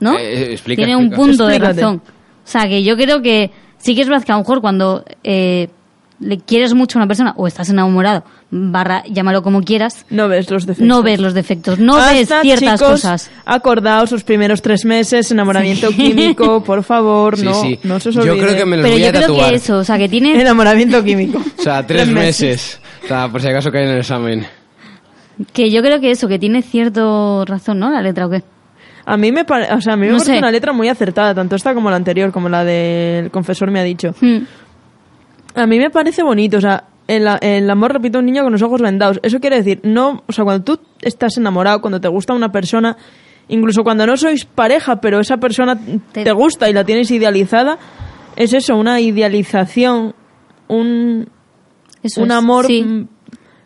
Speaker 4: ¿No?
Speaker 1: Eh, explica,
Speaker 4: tiene un
Speaker 1: explica.
Speaker 4: punto
Speaker 3: Explícate.
Speaker 4: de razón. O sea, que yo creo que sí que es verdad que a lo mejor cuando eh, le quieres mucho a una persona o estás enamorado, barra, llámalo como quieras,
Speaker 3: No ves los defectos.
Speaker 4: no ves los defectos, no ves
Speaker 3: Hasta,
Speaker 4: ciertas
Speaker 3: chicos,
Speaker 4: cosas.
Speaker 3: Acordaos los primeros tres meses,
Speaker 4: (laughs)
Speaker 3: enamoramiento químico, por favor,
Speaker 1: Sí,
Speaker 3: no,
Speaker 1: sí.
Speaker 3: no se os
Speaker 1: Yo
Speaker 3: olvide.
Speaker 1: creo que me los
Speaker 4: Pero
Speaker 1: voy
Speaker 4: yo
Speaker 1: a
Speaker 4: creo
Speaker 1: tatuar.
Speaker 4: que eso, o sea, que
Speaker 1: (laughs)
Speaker 4: tiene...
Speaker 3: Enamoramiento químico.
Speaker 1: O sea, tres meses. O sea, por si acaso caen en el examen.
Speaker 4: Que yo creo que eso, que tiene cierto razón, ¿no? La letra o qué.
Speaker 3: A mí me parece, o sea, a mí me
Speaker 4: No
Speaker 3: parece
Speaker 4: sé.
Speaker 3: una letra muy acertada, tanto esta como la anterior, como la del confesor me ha dicho.
Speaker 4: Hmm.
Speaker 3: A mí me parece bonito, o sea, el, el amor, repito, un niño con los ojos vendados. Eso quiere decir, no, o sea, cuando tú estás enamorado, cuando te gusta una persona, incluso cuando no sois pareja, pero esa persona te,
Speaker 4: Te-
Speaker 3: gusta y la tienes idealizada, es eso, una idealización, un,
Speaker 4: Eso
Speaker 3: un
Speaker 4: es,
Speaker 3: amor
Speaker 4: sí.
Speaker 3: mm,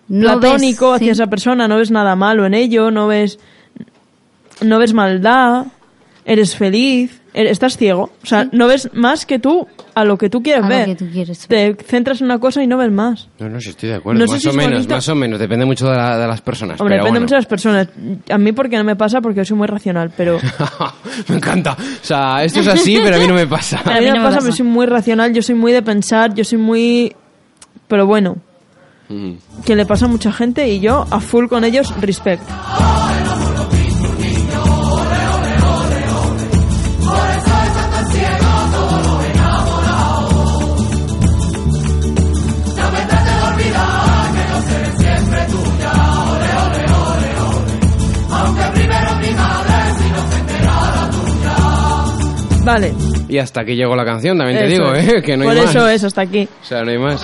Speaker 4: No ves,
Speaker 3: platónico hacia
Speaker 4: sí.
Speaker 3: esa persona, no ves nada malo en ello, no ves no ves maldad, eres feliz, e- estás ciego, o sea, no ves más que tú a lo que tú quieres
Speaker 4: A lo
Speaker 3: ver.
Speaker 4: que tú quieres
Speaker 3: Te centras en una cosa y no ves más.
Speaker 1: No, no, sí estoy de acuerdo.
Speaker 3: No sé
Speaker 1: más
Speaker 3: si
Speaker 1: o
Speaker 3: es
Speaker 1: menos,
Speaker 3: bonito.
Speaker 1: más o menos. Depende mucho de, la- de las personas.
Speaker 3: Hombre,
Speaker 1: pero
Speaker 3: depende
Speaker 1: bueno.
Speaker 3: mucho de las personas. A mí porque no me pasa porque yo soy muy racional,
Speaker 1: (laughs)
Speaker 3: pero
Speaker 1: me encanta. O sea, esto es así, pero a mí no me pasa.
Speaker 3: (laughs) a mí no me pasa porque soy muy racional, yo soy muy de pensar, yo soy muy pero bueno,
Speaker 1: Mm.
Speaker 3: que le pasa a mucha gente y yo a full con ellos respect. Vale,
Speaker 1: Y hasta aquí llegó la canción, también te
Speaker 3: eso
Speaker 1: digo,
Speaker 3: es.
Speaker 1: ¿eh? Que no
Speaker 3: por
Speaker 1: hay más.
Speaker 3: eso es hasta aquí.
Speaker 1: O sea, no hay más.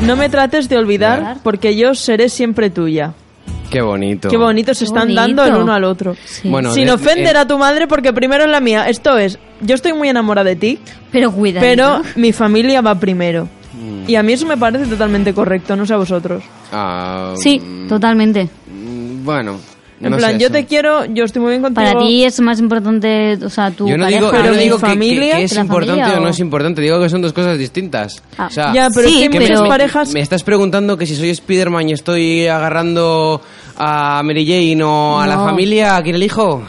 Speaker 3: No me trates de olvidar porque yo seré siempre tuya.
Speaker 1: Qué bonito.
Speaker 3: Qué bonitos se están
Speaker 4: Bonito.
Speaker 3: dando el uno al otro.
Speaker 4: Sí.
Speaker 1: Bueno,
Speaker 3: Sin
Speaker 1: de-
Speaker 3: ofender
Speaker 1: eh,
Speaker 3: a tu madre porque primero es la mía. Esto es, yo estoy muy enamorada de ti,
Speaker 4: Pero cuida.
Speaker 3: pero mi familia va primero.
Speaker 1: Mm.
Speaker 3: Y a mí eso me parece totalmente correcto, no sé a vosotros.
Speaker 1: ah,
Speaker 4: Sí,
Speaker 1: mm,
Speaker 4: totalmente.
Speaker 1: Bueno.
Speaker 3: En
Speaker 1: no
Speaker 3: plan,
Speaker 1: sé
Speaker 3: yo
Speaker 1: eso.
Speaker 3: te quiero, yo estoy muy bien contigo.
Speaker 4: Para ti es más importante, o sea, tu
Speaker 1: Yo no
Speaker 4: pareja.
Speaker 1: digo, yo
Speaker 3: pero
Speaker 1: no
Speaker 3: mi
Speaker 1: digo que- que-
Speaker 3: familia-
Speaker 1: que, es
Speaker 4: ¿La
Speaker 1: importante
Speaker 4: familia
Speaker 1: o no
Speaker 4: o-
Speaker 1: es importante, digo que son dos cosas distintas.
Speaker 4: Ah.
Speaker 1: O sea,
Speaker 3: ya, pero
Speaker 4: Sí,
Speaker 3: es que
Speaker 4: pero-
Speaker 3: muchas parejas...
Speaker 1: Me estás preguntando que si soy Spiderman y estoy agarrando a Mary Jane o a la
Speaker 4: No.
Speaker 1: familia, ¿a quién elijo?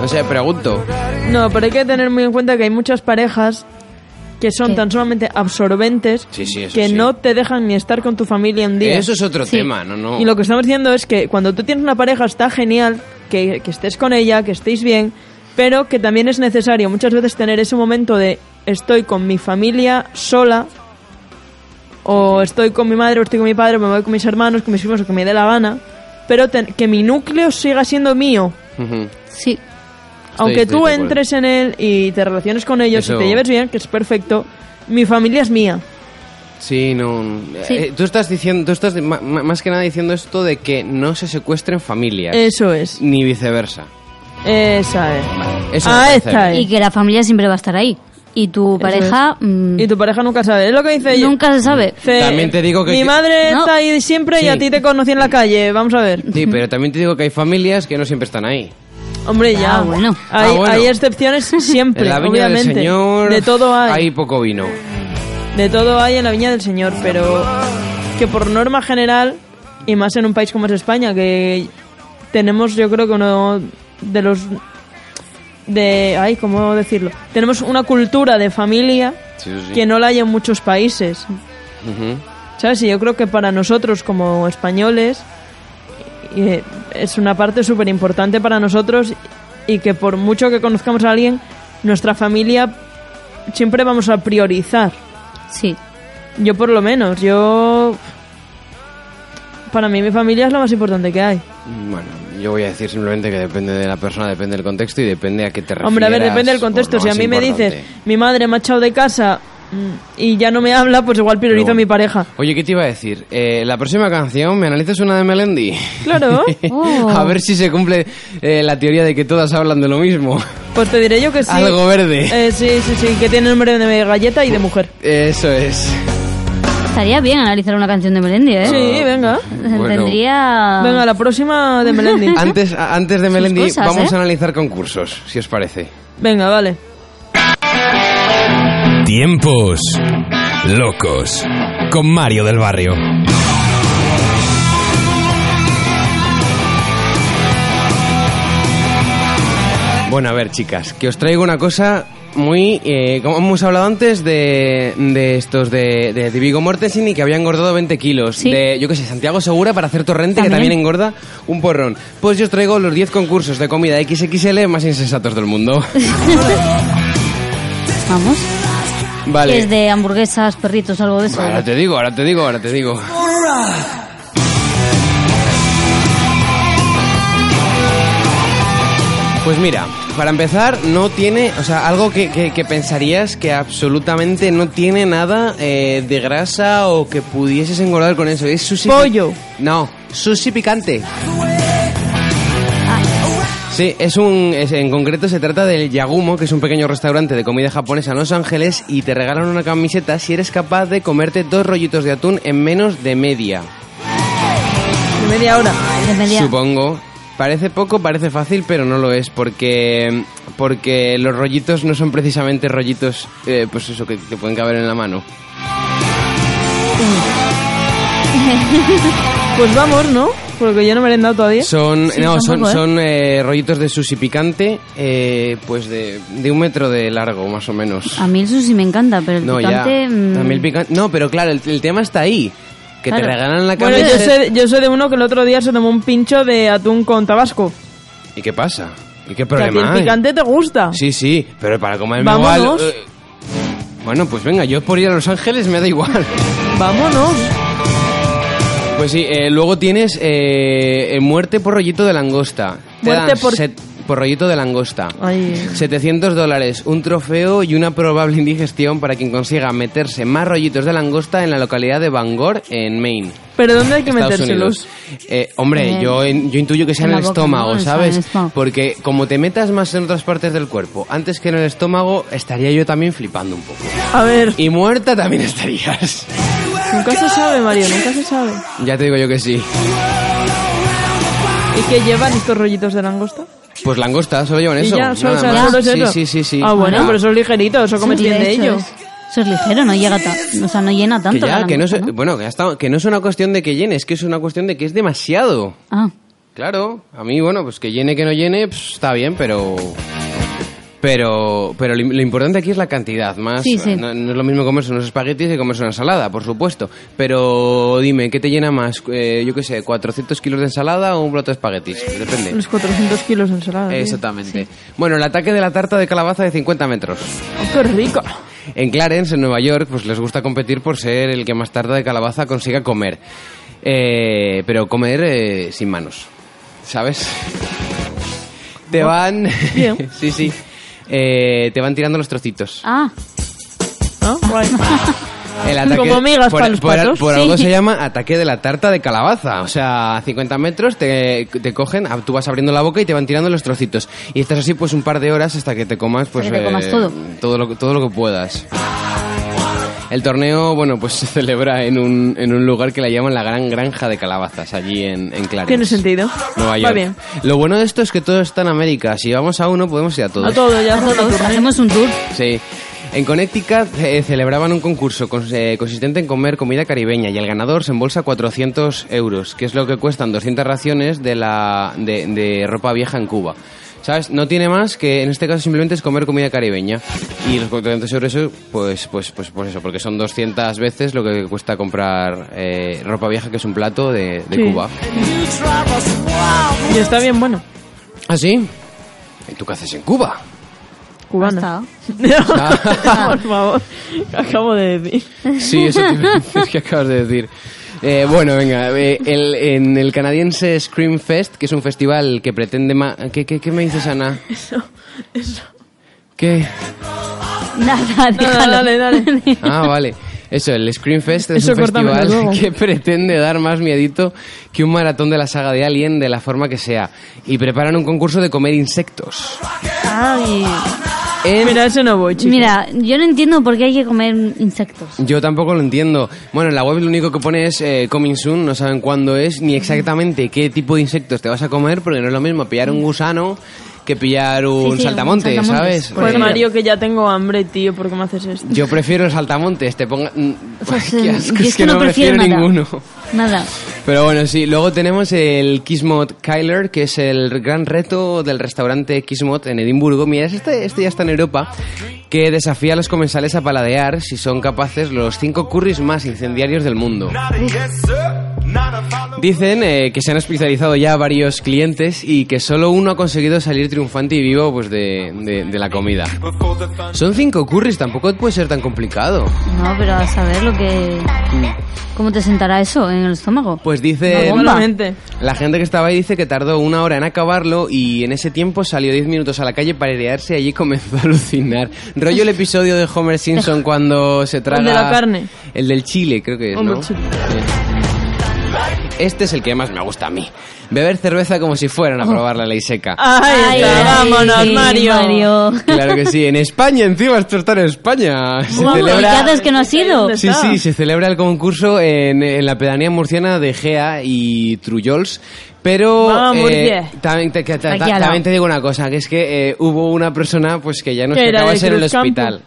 Speaker 1: No sé, pregunto.
Speaker 3: No, pero hay que tener muy en cuenta que hay muchas parejas que son
Speaker 4: ¿Qué?
Speaker 3: tan solamente absorbentes
Speaker 1: Sí, sí, eso
Speaker 3: que
Speaker 1: sí.
Speaker 3: no te dejan ni estar con tu familia un día.
Speaker 1: Eso es otro
Speaker 4: Sí.
Speaker 1: tema, ¿no? no.
Speaker 3: Y lo que estamos diciendo es que cuando tú tienes una pareja está genial que, que estés con ella, que estéis bien, pero que también es necesario muchas veces tener ese momento de estoy con mi familia sola, o estoy con mi madre, o estoy con mi padre, o me voy con mis hermanos, con mis primos, o que me dé la gana, pero ten- que mi núcleo siga siendo mío.
Speaker 1: (laughs) Ujú.
Speaker 4: Sí,
Speaker 3: Aunque
Speaker 1: estoy
Speaker 3: tú
Speaker 1: de acuerdo.
Speaker 3: entres en él y te relaciones con ellos
Speaker 1: Eso-
Speaker 3: y te lleves bien, que es perfecto, mi familia es mía.
Speaker 1: Sí, no.
Speaker 4: Sí.
Speaker 1: eh, tú estás diciendo, tú estás ma- ma- más que nada diciendo esto de que no se secuestren familias,
Speaker 3: Eso es.
Speaker 1: ni viceversa.
Speaker 3: Esa es.
Speaker 1: Eso
Speaker 3: Ah,
Speaker 1: me parece
Speaker 3: esta
Speaker 1: bien.
Speaker 3: Sí.
Speaker 4: y que la familia siempre va a estar ahí. Y tu pareja mm,
Speaker 3: Y tu pareja nunca sabe. Es lo que dice ella.
Speaker 4: nunca se sabe.
Speaker 3: Fe-
Speaker 1: También te digo que-
Speaker 3: Mi madre
Speaker 4: No.
Speaker 3: está ahí siempre y
Speaker 1: Sí.
Speaker 3: a ti te conocí en la calle. Vamos a ver.
Speaker 1: Sí, pero también te digo que hay familias que no siempre están ahí.
Speaker 3: Hombre, ya.
Speaker 4: Ah, bueno.
Speaker 3: Hay,
Speaker 1: Ah, bueno.
Speaker 3: hay
Speaker 4: (laughs)
Speaker 3: excepciones siempre,
Speaker 1: En la viña
Speaker 3: obviamente.
Speaker 1: del señor
Speaker 3: de todo hay.
Speaker 1: poco vino.
Speaker 3: De todo hay en la viña del señor, pero que por norma general, y más en un país como es España, que tenemos yo creo que uno de los... De, ay, ¿cómo decirlo? Tenemos una cultura de familia
Speaker 1: Sí, sí, sí.
Speaker 3: que no la hay en muchos países.
Speaker 1: Ujú.
Speaker 3: ¿Sabes? Y yo creo que para nosotros como españoles eh, es una parte súper importante para nosotros y que por mucho que conozcamos a alguien, nuestra familia siempre vamos a priorizar.
Speaker 4: Sí,
Speaker 3: Yo por lo menos, yo... Para mí mi familia es lo más importante que hay.
Speaker 1: Bueno, yo voy a decir simplemente que depende de la persona, depende del contexto y depende a qué te refieres.
Speaker 3: Hombre, a ver, depende del contexto. Si a mí me dices, mi madre me ha echado de casa mm, y ya no me habla, pues igual priorizo
Speaker 1: Pero
Speaker 3: a mi pareja.
Speaker 1: Oye, ¿qué te iba a decir? Eh, la próxima canción, ¿me analizas una de Melendi? (laughs)
Speaker 3: Claro,
Speaker 4: Oh.
Speaker 1: a ver si se cumple eh, la teoría de que todas hablan de lo mismo.
Speaker 3: pues te diré yo que sí.
Speaker 1: Algo verde.
Speaker 3: Eh, sí, sí, sí, que tiene nombre de galleta y de mujer.
Speaker 1: Eso es.
Speaker 4: estaría bien analizar una canción de Melendi, ¿eh?
Speaker 3: Sí, venga.
Speaker 1: Bueno.
Speaker 4: Tendría...
Speaker 3: Venga, la próxima de Melendi.
Speaker 4: Ah.
Speaker 1: Antes, a- antes de Melendi,
Speaker 4: cosas,
Speaker 1: vamos
Speaker 4: ¿eh?
Speaker 1: a analizar concursos, si os parece.
Speaker 3: Venga, vale.
Speaker 2: Tiempos locos con Mario del Barrio.
Speaker 1: Bueno, a ver, chicas, que os traigo una cosa muy. eh, como hemos hablado antes de, de estos de, de, de Vigo Mortensen y que había engordado 20 kilos.
Speaker 4: Sí.
Speaker 1: De, yo qué sé, Santiago Segura para hacer torrente, que
Speaker 4: También.
Speaker 1: también engorda un porrón. Pues yo os traigo los 10 concursos de comida XXL más insensatos del
Speaker 4: (laughs)
Speaker 1: mundo.
Speaker 4: Vamos.
Speaker 1: vale.
Speaker 4: Es de hamburguesas, perritos, algo de eso.
Speaker 1: Ahora te digo, ahora te digo, ahora te digo. Pues mira, para empezar, no tiene, o sea, algo que, que- que pensarías que absolutamente no tiene nada eh, de grasa o que pudieses engordar con eso. Es sushi. pi-
Speaker 3: Pollo.
Speaker 1: No, sushi picante. Sí, es un, es- en concreto se trata del Yagumo, que es un pequeño restaurante de comida japonesa en Los Ángeles y te regalan una camiseta si eres capaz de comerte dos rollitos de atún en menos de media.
Speaker 3: De media hora.
Speaker 4: De media.
Speaker 1: Supongo. Parece poco, parece fácil, pero no lo es, porque, porque los rollitos no son precisamente rollitos, eh, pues eso, que te pueden caber en la mano.
Speaker 3: Pues vamos, ¿no? Porque yo no me he dado todavía.
Speaker 1: Son,
Speaker 4: Sí,
Speaker 1: no, son,
Speaker 4: tampoco, ¿eh?
Speaker 1: son eh, rollitos de sushi picante, eh, pues de, de un metro de largo, más o menos.
Speaker 4: A mí el sushi me encanta, pero Ah, el
Speaker 1: no,
Speaker 4: picante.
Speaker 1: ya.
Speaker 4: mm,
Speaker 1: A mí el picante- no, pero claro, el, el tema está ahí. Que
Speaker 4: Claro.
Speaker 1: te regalan la
Speaker 3: Bueno,
Speaker 1: camiseta.
Speaker 3: yo sé, yo sé de uno que el otro día se tomó un pincho de atún con tabasco.
Speaker 1: ¿Y qué pasa? ¿Y qué
Speaker 3: Que a ti
Speaker 1: problema
Speaker 3: el
Speaker 1: hay?
Speaker 3: picante te gusta.
Speaker 1: Sí, sí, pero para comerme
Speaker 3: Vámonos.
Speaker 1: igual, eh, bueno, pues venga, yo por ir a Los Ángeles me da igual.
Speaker 3: Vámonos.
Speaker 1: Pues sí, eh, luego tienes eh, eh, muerte por rollito de langosta. Te
Speaker 3: Muerte
Speaker 1: dan
Speaker 3: por-
Speaker 1: set- por rollito de langosta.
Speaker 3: Ay.
Speaker 1: 700 dólares, un trofeo y una probable (laughs) indigestión para quien consiga meterse más rollitos de langosta en la localidad de Bangor, en Maine.
Speaker 3: Pero ¿dónde hay que
Speaker 1: Estados
Speaker 3: metérselos?
Speaker 1: Unidos. Eh, hombre,
Speaker 4: En el-
Speaker 1: yo, en- yo intuyo que sea
Speaker 4: en
Speaker 1: en el
Speaker 4: la boca,
Speaker 1: estómago,
Speaker 4: ¿no? O sea, en el
Speaker 1: ¿sabes?
Speaker 4: estómago.
Speaker 1: Porque como te metas más en otras partes del cuerpo antes que en el estómago, estaría yo también flipando un poco.
Speaker 3: A ver,
Speaker 1: Y muerta también (laughs) estarías.
Speaker 3: nunca se sabe, Mario, nunca se sabe.
Speaker 1: Ya te digo yo que sí.
Speaker 3: ¿Y qué llevan estos rollitos de langosta?
Speaker 1: Pues langosta, solo llevan
Speaker 3: Y
Speaker 1: eso.
Speaker 3: ya, solo,
Speaker 1: nada
Speaker 3: solo-
Speaker 1: más.
Speaker 3: solo es
Speaker 1: sí,
Speaker 3: eso.
Speaker 1: sí, sí, sí.
Speaker 3: Ah, bueno,
Speaker 4: Ah.
Speaker 3: pero son ligeritos, eso comes
Speaker 4: sí,
Speaker 3: bien de
Speaker 4: eso
Speaker 3: ellos.
Speaker 4: es. Eso es ligero, no llega tan, o sea, no llena
Speaker 1: Que
Speaker 4: tanto.
Speaker 1: ya,
Speaker 4: la
Speaker 1: que no es,
Speaker 4: langosta, ¿no?
Speaker 1: bueno, que, ya está- que no es una cuestión de que llene, es que es una cuestión de que es demasiado.
Speaker 4: Ah,
Speaker 1: Claro, a mí, bueno, pues que llene, que no llene, pues, está bien, pero... Pero, pero lo, im- lo importante aquí es la cantidad, más
Speaker 4: Sí, sí.
Speaker 1: No, no es lo mismo comerse unos espaguetis que comerse una ensalada, por supuesto. Pero dime, ¿qué te llena más? Eh, yo qué sé, ¿400 kilos de ensalada o un plato de espaguetis? Depende.
Speaker 3: Unos 400 kilos de ensalada. tío.
Speaker 1: Exactamente. Bueno, el ataque de la tarta de calabaza de 50 metros.
Speaker 3: Oh, ¡Qué rico!
Speaker 1: En Clarence, en Nueva York, pues les gusta competir por ser el que más tarta de calabaza consiga comer. Eh, pero comer eh, sin manos, ¿sabes? Te van...
Speaker 3: Bien.
Speaker 1: (laughs) sí, sí. Eh, te van tirando los trocitos.
Speaker 4: ah,
Speaker 3: Ah,
Speaker 1: (laughs)
Speaker 3: guay.
Speaker 1: El ataque-
Speaker 3: Como migas
Speaker 1: por,
Speaker 3: para los
Speaker 1: por-
Speaker 3: patos.
Speaker 1: por
Speaker 3: Sí.
Speaker 1: algo se llama ataque de la tarta de calabaza. O sea, a 50 metros te, te cogen, ah, tú vas abriendo la boca y te van tirando los trocitos. Y estás así pues un par de horas hasta que te comas pues
Speaker 4: que te comas todo.
Speaker 1: todo lo, que- todo lo que puedas. El torneo, bueno, pues se celebra en un, en un lugar que la llaman la Gran Granja de Calabazas, allí en, en Clarence.
Speaker 3: Tiene sentido.
Speaker 1: Nueva
Speaker 3: Va
Speaker 1: York.
Speaker 3: bien.
Speaker 1: Lo bueno de esto es que todo está en América. Si vamos a uno, podemos ir a todos.
Speaker 3: A todo, ya a todos.
Speaker 4: Pues hacemos un tour.
Speaker 1: Sí. En Connecticut eh, celebraban un concurso cons- eh, consistente en comer comida caribeña y el ganador se embolsa 400 euros, que es lo que cuestan 200 raciones de, la, de, de ropa vieja en Cuba. ¿Sabes? No tiene más que en este caso simplemente es comer comida caribeña. Y los 400 euros, eso, pues, pues, pues, pues eso, porque son 200 veces lo que cuesta comprar eh, ropa vieja, que es un plato de, de
Speaker 3: Sí.
Speaker 1: Cuba.
Speaker 3: Y está bien bueno.
Speaker 1: ¿Ah, sí? ¿Y tú qué haces en Cuba?
Speaker 3: Cubana.
Speaker 4: Está. (laughs)
Speaker 3: (laughs)
Speaker 1: Ah.
Speaker 3: Por favor. Acabo de decir.
Speaker 1: Sí, eso te (laughs) iba a decir, que acabas de decir. Eh, bueno, venga, eh, el- en el canadiense Scream Fest, que es un festival que pretende más... ¿Qué, qué, qué me dices, Ana? Eso, eso. ¿Qué?
Speaker 4: Nada, déjalo.
Speaker 3: dale,
Speaker 4: (laughs)
Speaker 3: dale.
Speaker 1: Ah, vale. Eso, el Scream Fest es
Speaker 3: Eso
Speaker 1: un
Speaker 3: córtamelo
Speaker 1: festival (laughs)
Speaker 3: luego.
Speaker 1: que pretende dar más miedito que un maratón de la saga de Alien de la forma que sea. Y preparan un concurso de comer insectos.
Speaker 3: Ay.
Speaker 1: En-
Speaker 3: Mira, ese no voy, chico.
Speaker 4: Mira, yo no entiendo por qué hay que comer insectos.
Speaker 1: Yo tampoco lo entiendo. Bueno, en la web lo único que pone es eh, coming soon, no saben cuándo es, ni exactamente qué tipo de insectos te vas a comer, porque no es lo mismo pillar un gusano que pillar un
Speaker 4: Sí, sí,
Speaker 1: saltamonte,
Speaker 4: un saltamontes.
Speaker 1: ¿sabes?
Speaker 3: Pues
Speaker 1: Eh,
Speaker 3: Mario, que ya tengo hambre, tío, ¿por qué me haces esto?
Speaker 1: Yo prefiero el saltamontes, te ponga... mm, (laughs)
Speaker 4: Pues,
Speaker 1: qué
Speaker 4: eh,
Speaker 1: asco,
Speaker 4: yo
Speaker 1: es que no prefiero
Speaker 4: nada.
Speaker 1: ninguno.
Speaker 4: Nada.
Speaker 1: Pero bueno, sí, luego tenemos el Kismot Kyler, que es el gran reto del restaurante Kismot en Edimburgo. Mira, este, este ya está en Europa, que desafía a los comensales a paladear si son capaces los cinco curries más incendiarios del mundo. Dicen eh, que se han hospitalizado ya varios clientes y que solo uno ha conseguido salir triunfante y vivo pues, de, de- de la comida. Son cinco curries, tampoco puede ser tan complicado.
Speaker 4: No, pero a saber lo que... ¿Cómo te sentará eso en el estómago?
Speaker 1: Mm. Pues dice...
Speaker 4: Una bomba.
Speaker 3: Igualmente.
Speaker 1: La gente que estaba ahí dice que tardó una hora en acabarlo y en ese tiempo salió 10 minutos a la calle para airearse y allí (laughs) comenzó a alucinar. Rollo el episodio de Homer
Speaker 3: (laughs)
Speaker 1: Simpson cuando se traga...
Speaker 3: El de la carne.
Speaker 1: El del chile, creo que es,
Speaker 3: Hombre,
Speaker 1: ¿no?
Speaker 3: chile.
Speaker 1: Sí. Este es el que más me gusta a mí. Beber cerveza como si fueran a
Speaker 3: Oh.
Speaker 1: probar la ley seca.
Speaker 3: Ah. Ahí está, vámonos,
Speaker 4: sí,
Speaker 3: Mario.
Speaker 4: Mario.
Speaker 1: Claro que sí, en España encima, esto está en España. Se
Speaker 4: Vamos,
Speaker 1: celebra-
Speaker 4: ya haces que no has ido?
Speaker 3: ¿Dónde
Speaker 1: Sí,
Speaker 3: está?
Speaker 1: sí, se celebra el concurso en, en la pedanía murciana de Gea y Trullols. Pero eh,
Speaker 3: Vamos, Murcia.
Speaker 1: también, te, que- ta-
Speaker 4: Aquí
Speaker 1: ta-
Speaker 4: al lado.
Speaker 1: también te digo una cosa, que es que eh, hubo una persona pues que ya no
Speaker 3: Que
Speaker 1: se
Speaker 3: era
Speaker 1: acaba
Speaker 3: de
Speaker 1: de ser en el
Speaker 3: Cruz Campo.
Speaker 1: hospital.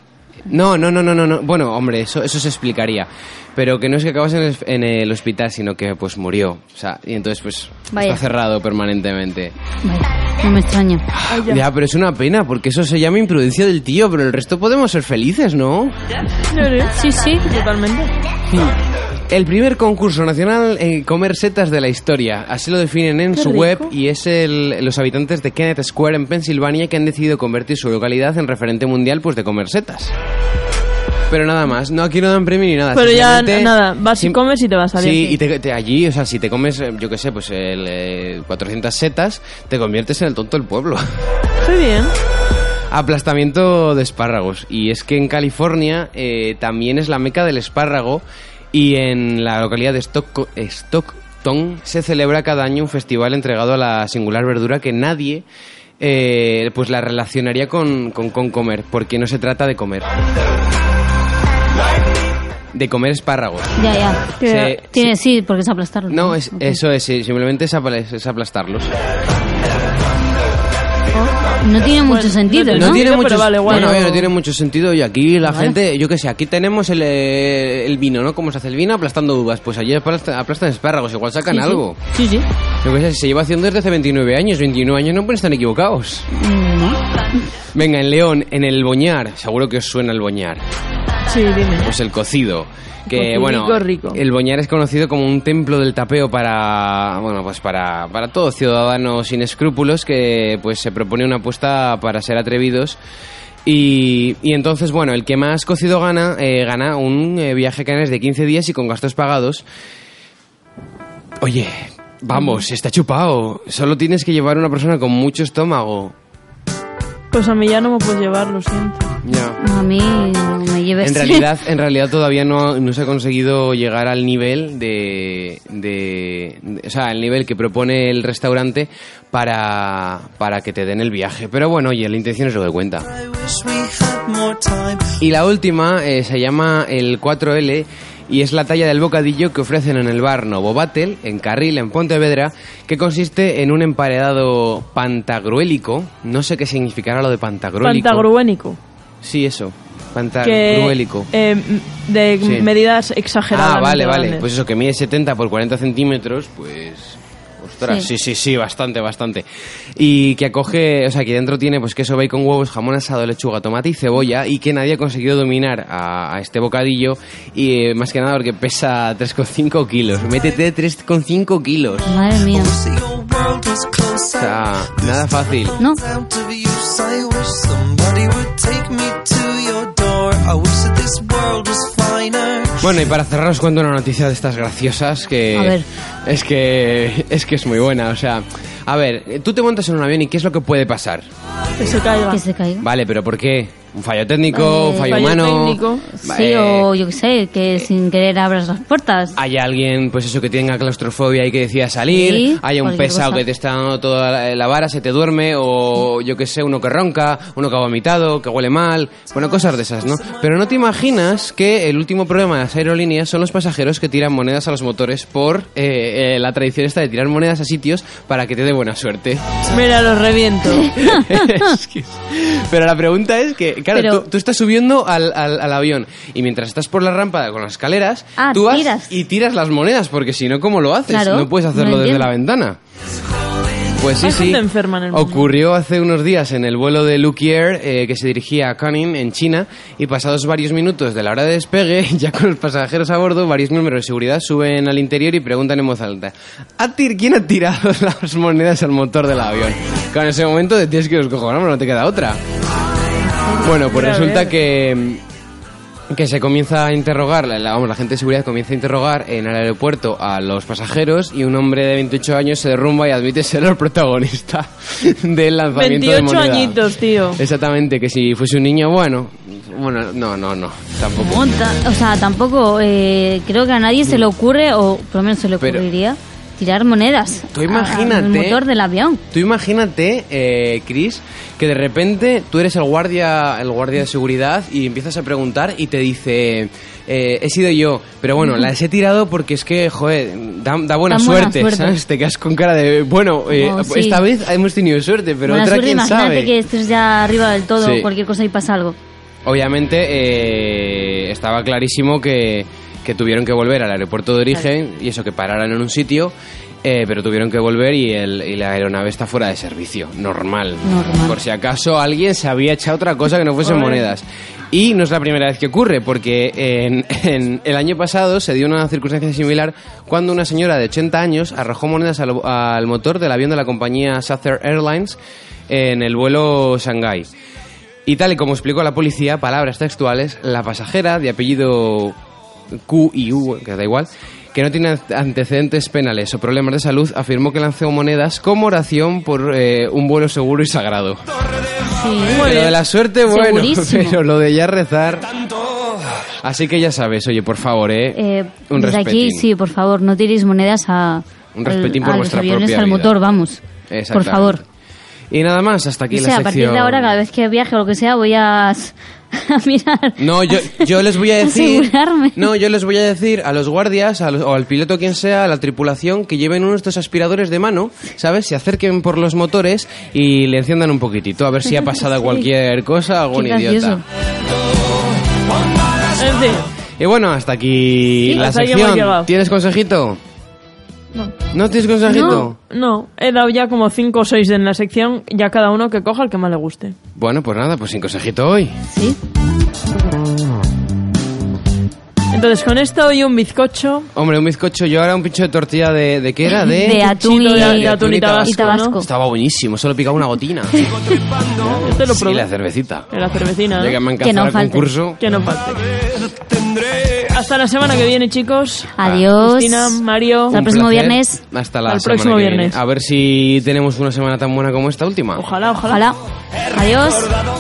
Speaker 1: No, no, no, no, no, no. Bueno, hombre, eso, eso se explicaría. Pero que no es que acabas en el, en el hospital, sino que pues murió. O sea, y entonces pues
Speaker 4: Vaya.
Speaker 1: está cerrado permanentemente.
Speaker 4: Vale, no me extraña.
Speaker 1: ya. pero es una pena, porque eso se llama imprudencia del tío, pero el resto podemos ser felices, ¿no?
Speaker 4: Sí, sí.
Speaker 3: Totalmente.
Speaker 1: El primer concurso nacional en comer setas de la historia. Así lo definen en
Speaker 3: Qué
Speaker 1: su
Speaker 3: rico.
Speaker 1: web y es el, los habitantes de Kenneth Square en Pensilvania que han decidido convertir su localidad en referente mundial pues de comer setas. Pero nada más, no aquí no dan premio ni nada.
Speaker 3: Pero ya
Speaker 1: simplemente-
Speaker 3: nada, vas y
Speaker 1: sim-
Speaker 3: comes y te vas a
Speaker 1: Sí, y te- te- allí, o sea, si te comes, eh, yo qué sé, pues el, eh, 400 setas, te conviertes en el tonto del pueblo. (laughs)
Speaker 3: Muy bien.
Speaker 1: Aplastamiento de espárragos. Y es que en California eh, también es la meca del espárrago y en la localidad de Stock- Stockton se celebra cada año un festival entregado a la singular verdura que nadie eh, pues la relacionaría con, con- con comer, porque no se trata de comer. De comer espárragos.
Speaker 4: Ya, ya.
Speaker 1: Se-
Speaker 4: Tiene, sí, porque es aplastarlo.
Speaker 1: No, es,
Speaker 4: Ok.
Speaker 1: eso es, sí, simplemente es apla- es aplastarlos.
Speaker 4: No tiene mucho
Speaker 3: Bueno,
Speaker 4: sentido,
Speaker 3: no
Speaker 4: ¿no?
Speaker 3: tiene- pero vale, guay.
Speaker 1: bueno, a ver, no tiene mucho sentido y aquí la
Speaker 4: Vale.
Speaker 1: gente, yo qué sé, aquí tenemos el, eh, el vino, ¿no? ¿Cómo se hace el vino? Aplastando uvas. Pues allí aplastan, aplastan espárragos, igual sacan
Speaker 4: Sí, sí.
Speaker 1: algo.
Speaker 4: Sí, sí.
Speaker 1: Yo qué sé, se lleva haciendo desde hace 29 años, 29 años no pueden estar equivocados.
Speaker 4: Mm, No.
Speaker 1: Venga, en León, en el Boñar, seguro que os suena el Boñar.
Speaker 3: Sí, dime.
Speaker 1: Pues el cocido. Que
Speaker 3: Cocidito
Speaker 1: bueno,
Speaker 3: rico.
Speaker 1: el Boñar es conocido como un templo del tapeo para, bueno, pues para, para todo ciudadano sin escrúpulos que pues se propone una apuesta para ser atrevidos. Y, y entonces, bueno, el que más cocido gana, eh, gana un eh, viaje a Canarias de 15 días y con gastos pagados. Oye,
Speaker 3: Mm.
Speaker 1: vamos, está chupado. Solo tienes que llevar una persona con mucho estómago.
Speaker 3: Pues a mí ya no me puedes llevar, lo siento.
Speaker 1: Ya.
Speaker 4: A mí no me lleves.
Speaker 1: En realidad, en realidad todavía no, no se ha conseguido llegar al nivel de, de, de- O sea, el nivel que propone el restaurante para, para que te den el viaje. Pero bueno, oye, la intención es lo que cuenta. Y la última eh, se llama el 4L y es la talla del bocadillo que ofrecen en el bar Novo Battle, en Carril, en Pontevedra, que consiste en un emparedado pantagruélico. No sé qué significará lo de pantagruélico.
Speaker 3: Pantagruénico.
Speaker 1: Sí, eso.
Speaker 3: Que,
Speaker 1: Pantagruélico.
Speaker 3: eh, m- de
Speaker 1: Sí.
Speaker 3: medidas exageradas.
Speaker 1: Ah, vale, vale. Pues eso, que mide 70 por 40 centímetros, pues... Ostras, sí.
Speaker 4: Sí.
Speaker 1: sí, sí, bastante, bastante. Y que acoge, o sea, que dentro tiene pues queso, bacon, huevos, jamón asado, lechuga, tomate y cebolla y que nadie ha conseguido dominar a, a este bocadillo y eh, más que nada porque pesa 3,5 kilos. Métete 3,5 kilos. O
Speaker 4: Madre mía.
Speaker 1: sea, nada fácil.
Speaker 4: No.
Speaker 1: Bueno, y para cerrar os cuento una noticia de estas graciosas que
Speaker 4: A ver.
Speaker 1: es que es que es muy buena, o sea, a ver, tú te montas en un avión y qué es lo que puede pasar?
Speaker 3: Que se caiga.
Speaker 4: Que se caiga.
Speaker 1: Vale, pero ¿por qué? ¿Un fallo técnico?
Speaker 4: Eh,
Speaker 1: ¿Un fallo,
Speaker 3: fallo
Speaker 1: humano?
Speaker 3: técnico.
Speaker 1: Va,
Speaker 4: Sí,
Speaker 1: eh,
Speaker 4: o yo qué sé, que sin querer abras las puertas.
Speaker 1: Hay alguien, pues eso, que tenga claustrofobia y que decida salir.
Speaker 4: Sí,
Speaker 1: hay un
Speaker 4: cualquier
Speaker 1: pesado
Speaker 4: cosa.
Speaker 1: que te está dando toda la, la vara, se te duerme. O yo que sé, uno que ronca, uno que ha vomitado, que huele mal. Bueno, cosas de esas, ¿no? Pero no te imaginas que el último problema de las aerolíneas son los pasajeros que tiran monedas a los motores por eh, eh, la tradición esta de tirar monedas a sitios para que te dé buena suerte.
Speaker 3: Mira, los
Speaker 4: (laughs)
Speaker 3: reviento.
Speaker 1: (laughs) Es que es- Pero la pregunta es que, claro,
Speaker 4: Pero-
Speaker 1: tú, tú estás subiendo al, al- al avión y mientras estás por la rampa con las escaleras,
Speaker 4: Ah,
Speaker 1: tú vas
Speaker 4: tiras.
Speaker 1: y tiras las monedas, porque si no, ¿cómo lo haces?
Speaker 4: Claro,
Speaker 1: no puedes
Speaker 4: no
Speaker 1: hacerlo desde
Speaker 4: entiendo.
Speaker 1: la ventana. Pues sí,
Speaker 3: Hay
Speaker 1: sí.
Speaker 3: gente enferma en el mundo.
Speaker 1: Ocurrió hace unos días en el vuelo de Lucky Air eh, que se dirigía a Canning, en China, y pasados varios minutos de la hora de despegue, (laughs) ya con los pasajeros a bordo, varios miembros de seguridad suben al interior y preguntan en voz alta: "¿Ha tir- ¿Quién ha tirado (laughs) las monedas al motor del avión? Claro, en ese momento te tienes que descojonar, no te queda otra. Bueno, pues
Speaker 3: Mira, a
Speaker 1: resulta
Speaker 3: ver.
Speaker 1: que mm, que se comienza a interrogar, la, la- vamos, la gente de seguridad comienza a interrogar en el aeropuerto a los pasajeros y un hombre de 28 años se derrumba y admite ser el protagonista (laughs) del lanzamiento de
Speaker 3: 28
Speaker 1: moneda.
Speaker 3: añitos, tío.
Speaker 1: Exactamente, que si fuese un niño, bueno, bueno, no, no, no, tampoco.
Speaker 4: Monta- O sea, tampoco eh, creo que a nadie se le ocurre, o por lo menos se le
Speaker 1: Mm. Pero-
Speaker 4: ocurriría, tirar monedas.
Speaker 1: Tú
Speaker 4: a-
Speaker 1: imagínate-
Speaker 4: Al motor del avión.
Speaker 1: Tú imagínate, eh, Chris, que de repente tú eres el guardia, el guardia de seguridad y empiezas a preguntar y te dice, eh, he sido yo, pero
Speaker 4: (laughs)
Speaker 1: bueno, las he tirado porque es que, joder, da, da buena,
Speaker 4: buena
Speaker 1: suerte,
Speaker 4: suerte.
Speaker 1: ¿sabes? Te quedas con cara de, bueno, eh,
Speaker 4: No, sí.
Speaker 1: esta vez hemos tenido suerte, pero
Speaker 4: Buena
Speaker 1: otra
Speaker 4: suerte,
Speaker 1: quién
Speaker 4: imagínate
Speaker 1: sabe.
Speaker 4: que estés ya arriba del todo,
Speaker 1: Sí.
Speaker 4: cualquier cosa y pasa algo.
Speaker 1: Obviamente eh, estaba clarísimo que, que tuvieron que volver al aeropuerto de origen y eso que pararan en un sitio, eh, pero tuvieron que volver y, el- y la aeronave está fuera de servicio, normal.
Speaker 4: Normal.
Speaker 1: Por si acaso alguien se había echado otra cosa que no fuesen
Speaker 3: Ole.
Speaker 1: monedas. Y no es la primera vez que ocurre, porque en- (laughs) en el año pasado se dio una circunstancia similar cuando una señora de 80 años arrojó monedas al, al motor del avión de la compañía Southern Airlines en el vuelo Shanghái. Y tal y como explicó la policía, palabras textuales, la pasajera de apellido Q y U, que da igual, que no tiene antecedentes penales o problemas de salud, afirmó que lanzó monedas como oración por eh, un vuelo seguro y sagrado.
Speaker 4: Sí.
Speaker 1: Pero de la suerte, bueno, (laughs)
Speaker 4: Segurísimo.
Speaker 1: pero lo de ya rezar... Así que ya sabes, oye, por favor, ¿eh?
Speaker 4: Eh,
Speaker 1: un
Speaker 4: desde
Speaker 1: respetín.
Speaker 4: aquí, sí, por favor, no tiréis monedas a,
Speaker 1: Un respetín por
Speaker 4: a los
Speaker 1: vuestra
Speaker 4: aviones,
Speaker 1: propia
Speaker 4: al
Speaker 1: vida.
Speaker 4: motor, vamos. Por
Speaker 1: Exactamente.
Speaker 4: favor.
Speaker 1: Y nada más, hasta aquí
Speaker 4: O
Speaker 1: la
Speaker 4: sea, a
Speaker 1: sección.
Speaker 4: partir de ahora, cada vez que viaje o lo que sea, voy a, (laughs) a mirar.
Speaker 1: No, yo, yo les voy
Speaker 4: (laughs)
Speaker 1: a decir.
Speaker 4: Asegurarme.
Speaker 1: No, yo les voy a decir a los guardias a los- o al piloto quien sea, a la tripulación, que lleven uno de estos aspiradores de mano, ¿sabes? Se acerquen por los motores y le enciendan un poquitito, a ver si ha pasado
Speaker 4: (laughs) Sí.
Speaker 1: cualquier cosa a algún
Speaker 4: Qué gracioso.
Speaker 1: idiota.
Speaker 3: En fin,
Speaker 1: Y bueno, hasta aquí
Speaker 4: Sí,
Speaker 1: la
Speaker 3: hasta aquí hemos
Speaker 1: sección.
Speaker 3: llegado.
Speaker 1: ¿Tienes consejito?
Speaker 4: No.
Speaker 1: ¿No tienes consejito?
Speaker 4: No.
Speaker 3: no, he dado ya como 5 o 6 en la sección, ya cada uno que coja el que más le guste.
Speaker 1: Bueno, pues nada, pues sin consejito hoy.
Speaker 4: Sí.
Speaker 3: Entonces, con esto y un bizcocho,
Speaker 1: Hombre, un bizcocho, yo ahora un pincho de tortilla de, de qué era? De,
Speaker 4: De atún y,
Speaker 3: de- de
Speaker 1: y
Speaker 3: atún y tabasco.
Speaker 4: y tabasco.
Speaker 3: ¿no?
Speaker 1: Estaba buenísimo, solo picaba una
Speaker 3: (laughs)
Speaker 1: gotina.
Speaker 3: Yo te este lo
Speaker 1: y la
Speaker 3: probé.
Speaker 1: cervecita.
Speaker 3: En la cervecina,
Speaker 1: Ya que
Speaker 3: ¿no?
Speaker 1: me han
Speaker 4: Que
Speaker 1: cazado
Speaker 4: no
Speaker 1: el
Speaker 4: falte.
Speaker 1: concurso.
Speaker 3: Que no falte. Hasta la semana que viene, chicos.
Speaker 4: Adiós.
Speaker 3: Cristina, Mario.
Speaker 4: Hasta el
Speaker 1: Un
Speaker 4: próximo
Speaker 1: placer.
Speaker 4: viernes.
Speaker 1: Hasta la
Speaker 3: Al
Speaker 1: semana
Speaker 3: próximo
Speaker 1: que
Speaker 3: viernes.
Speaker 1: viene. A ver si tenemos una semana tan buena como esta última.
Speaker 3: Ojalá, ojalá.
Speaker 4: Ojalá. Adiós.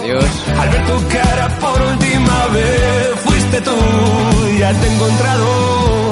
Speaker 1: Adiós.
Speaker 6: Al ver tu cara por última vez, fuiste tú, ya te he encontrado.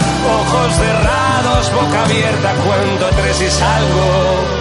Speaker 6: Ojos cerrados, boca abierta, cuento tres y salgo.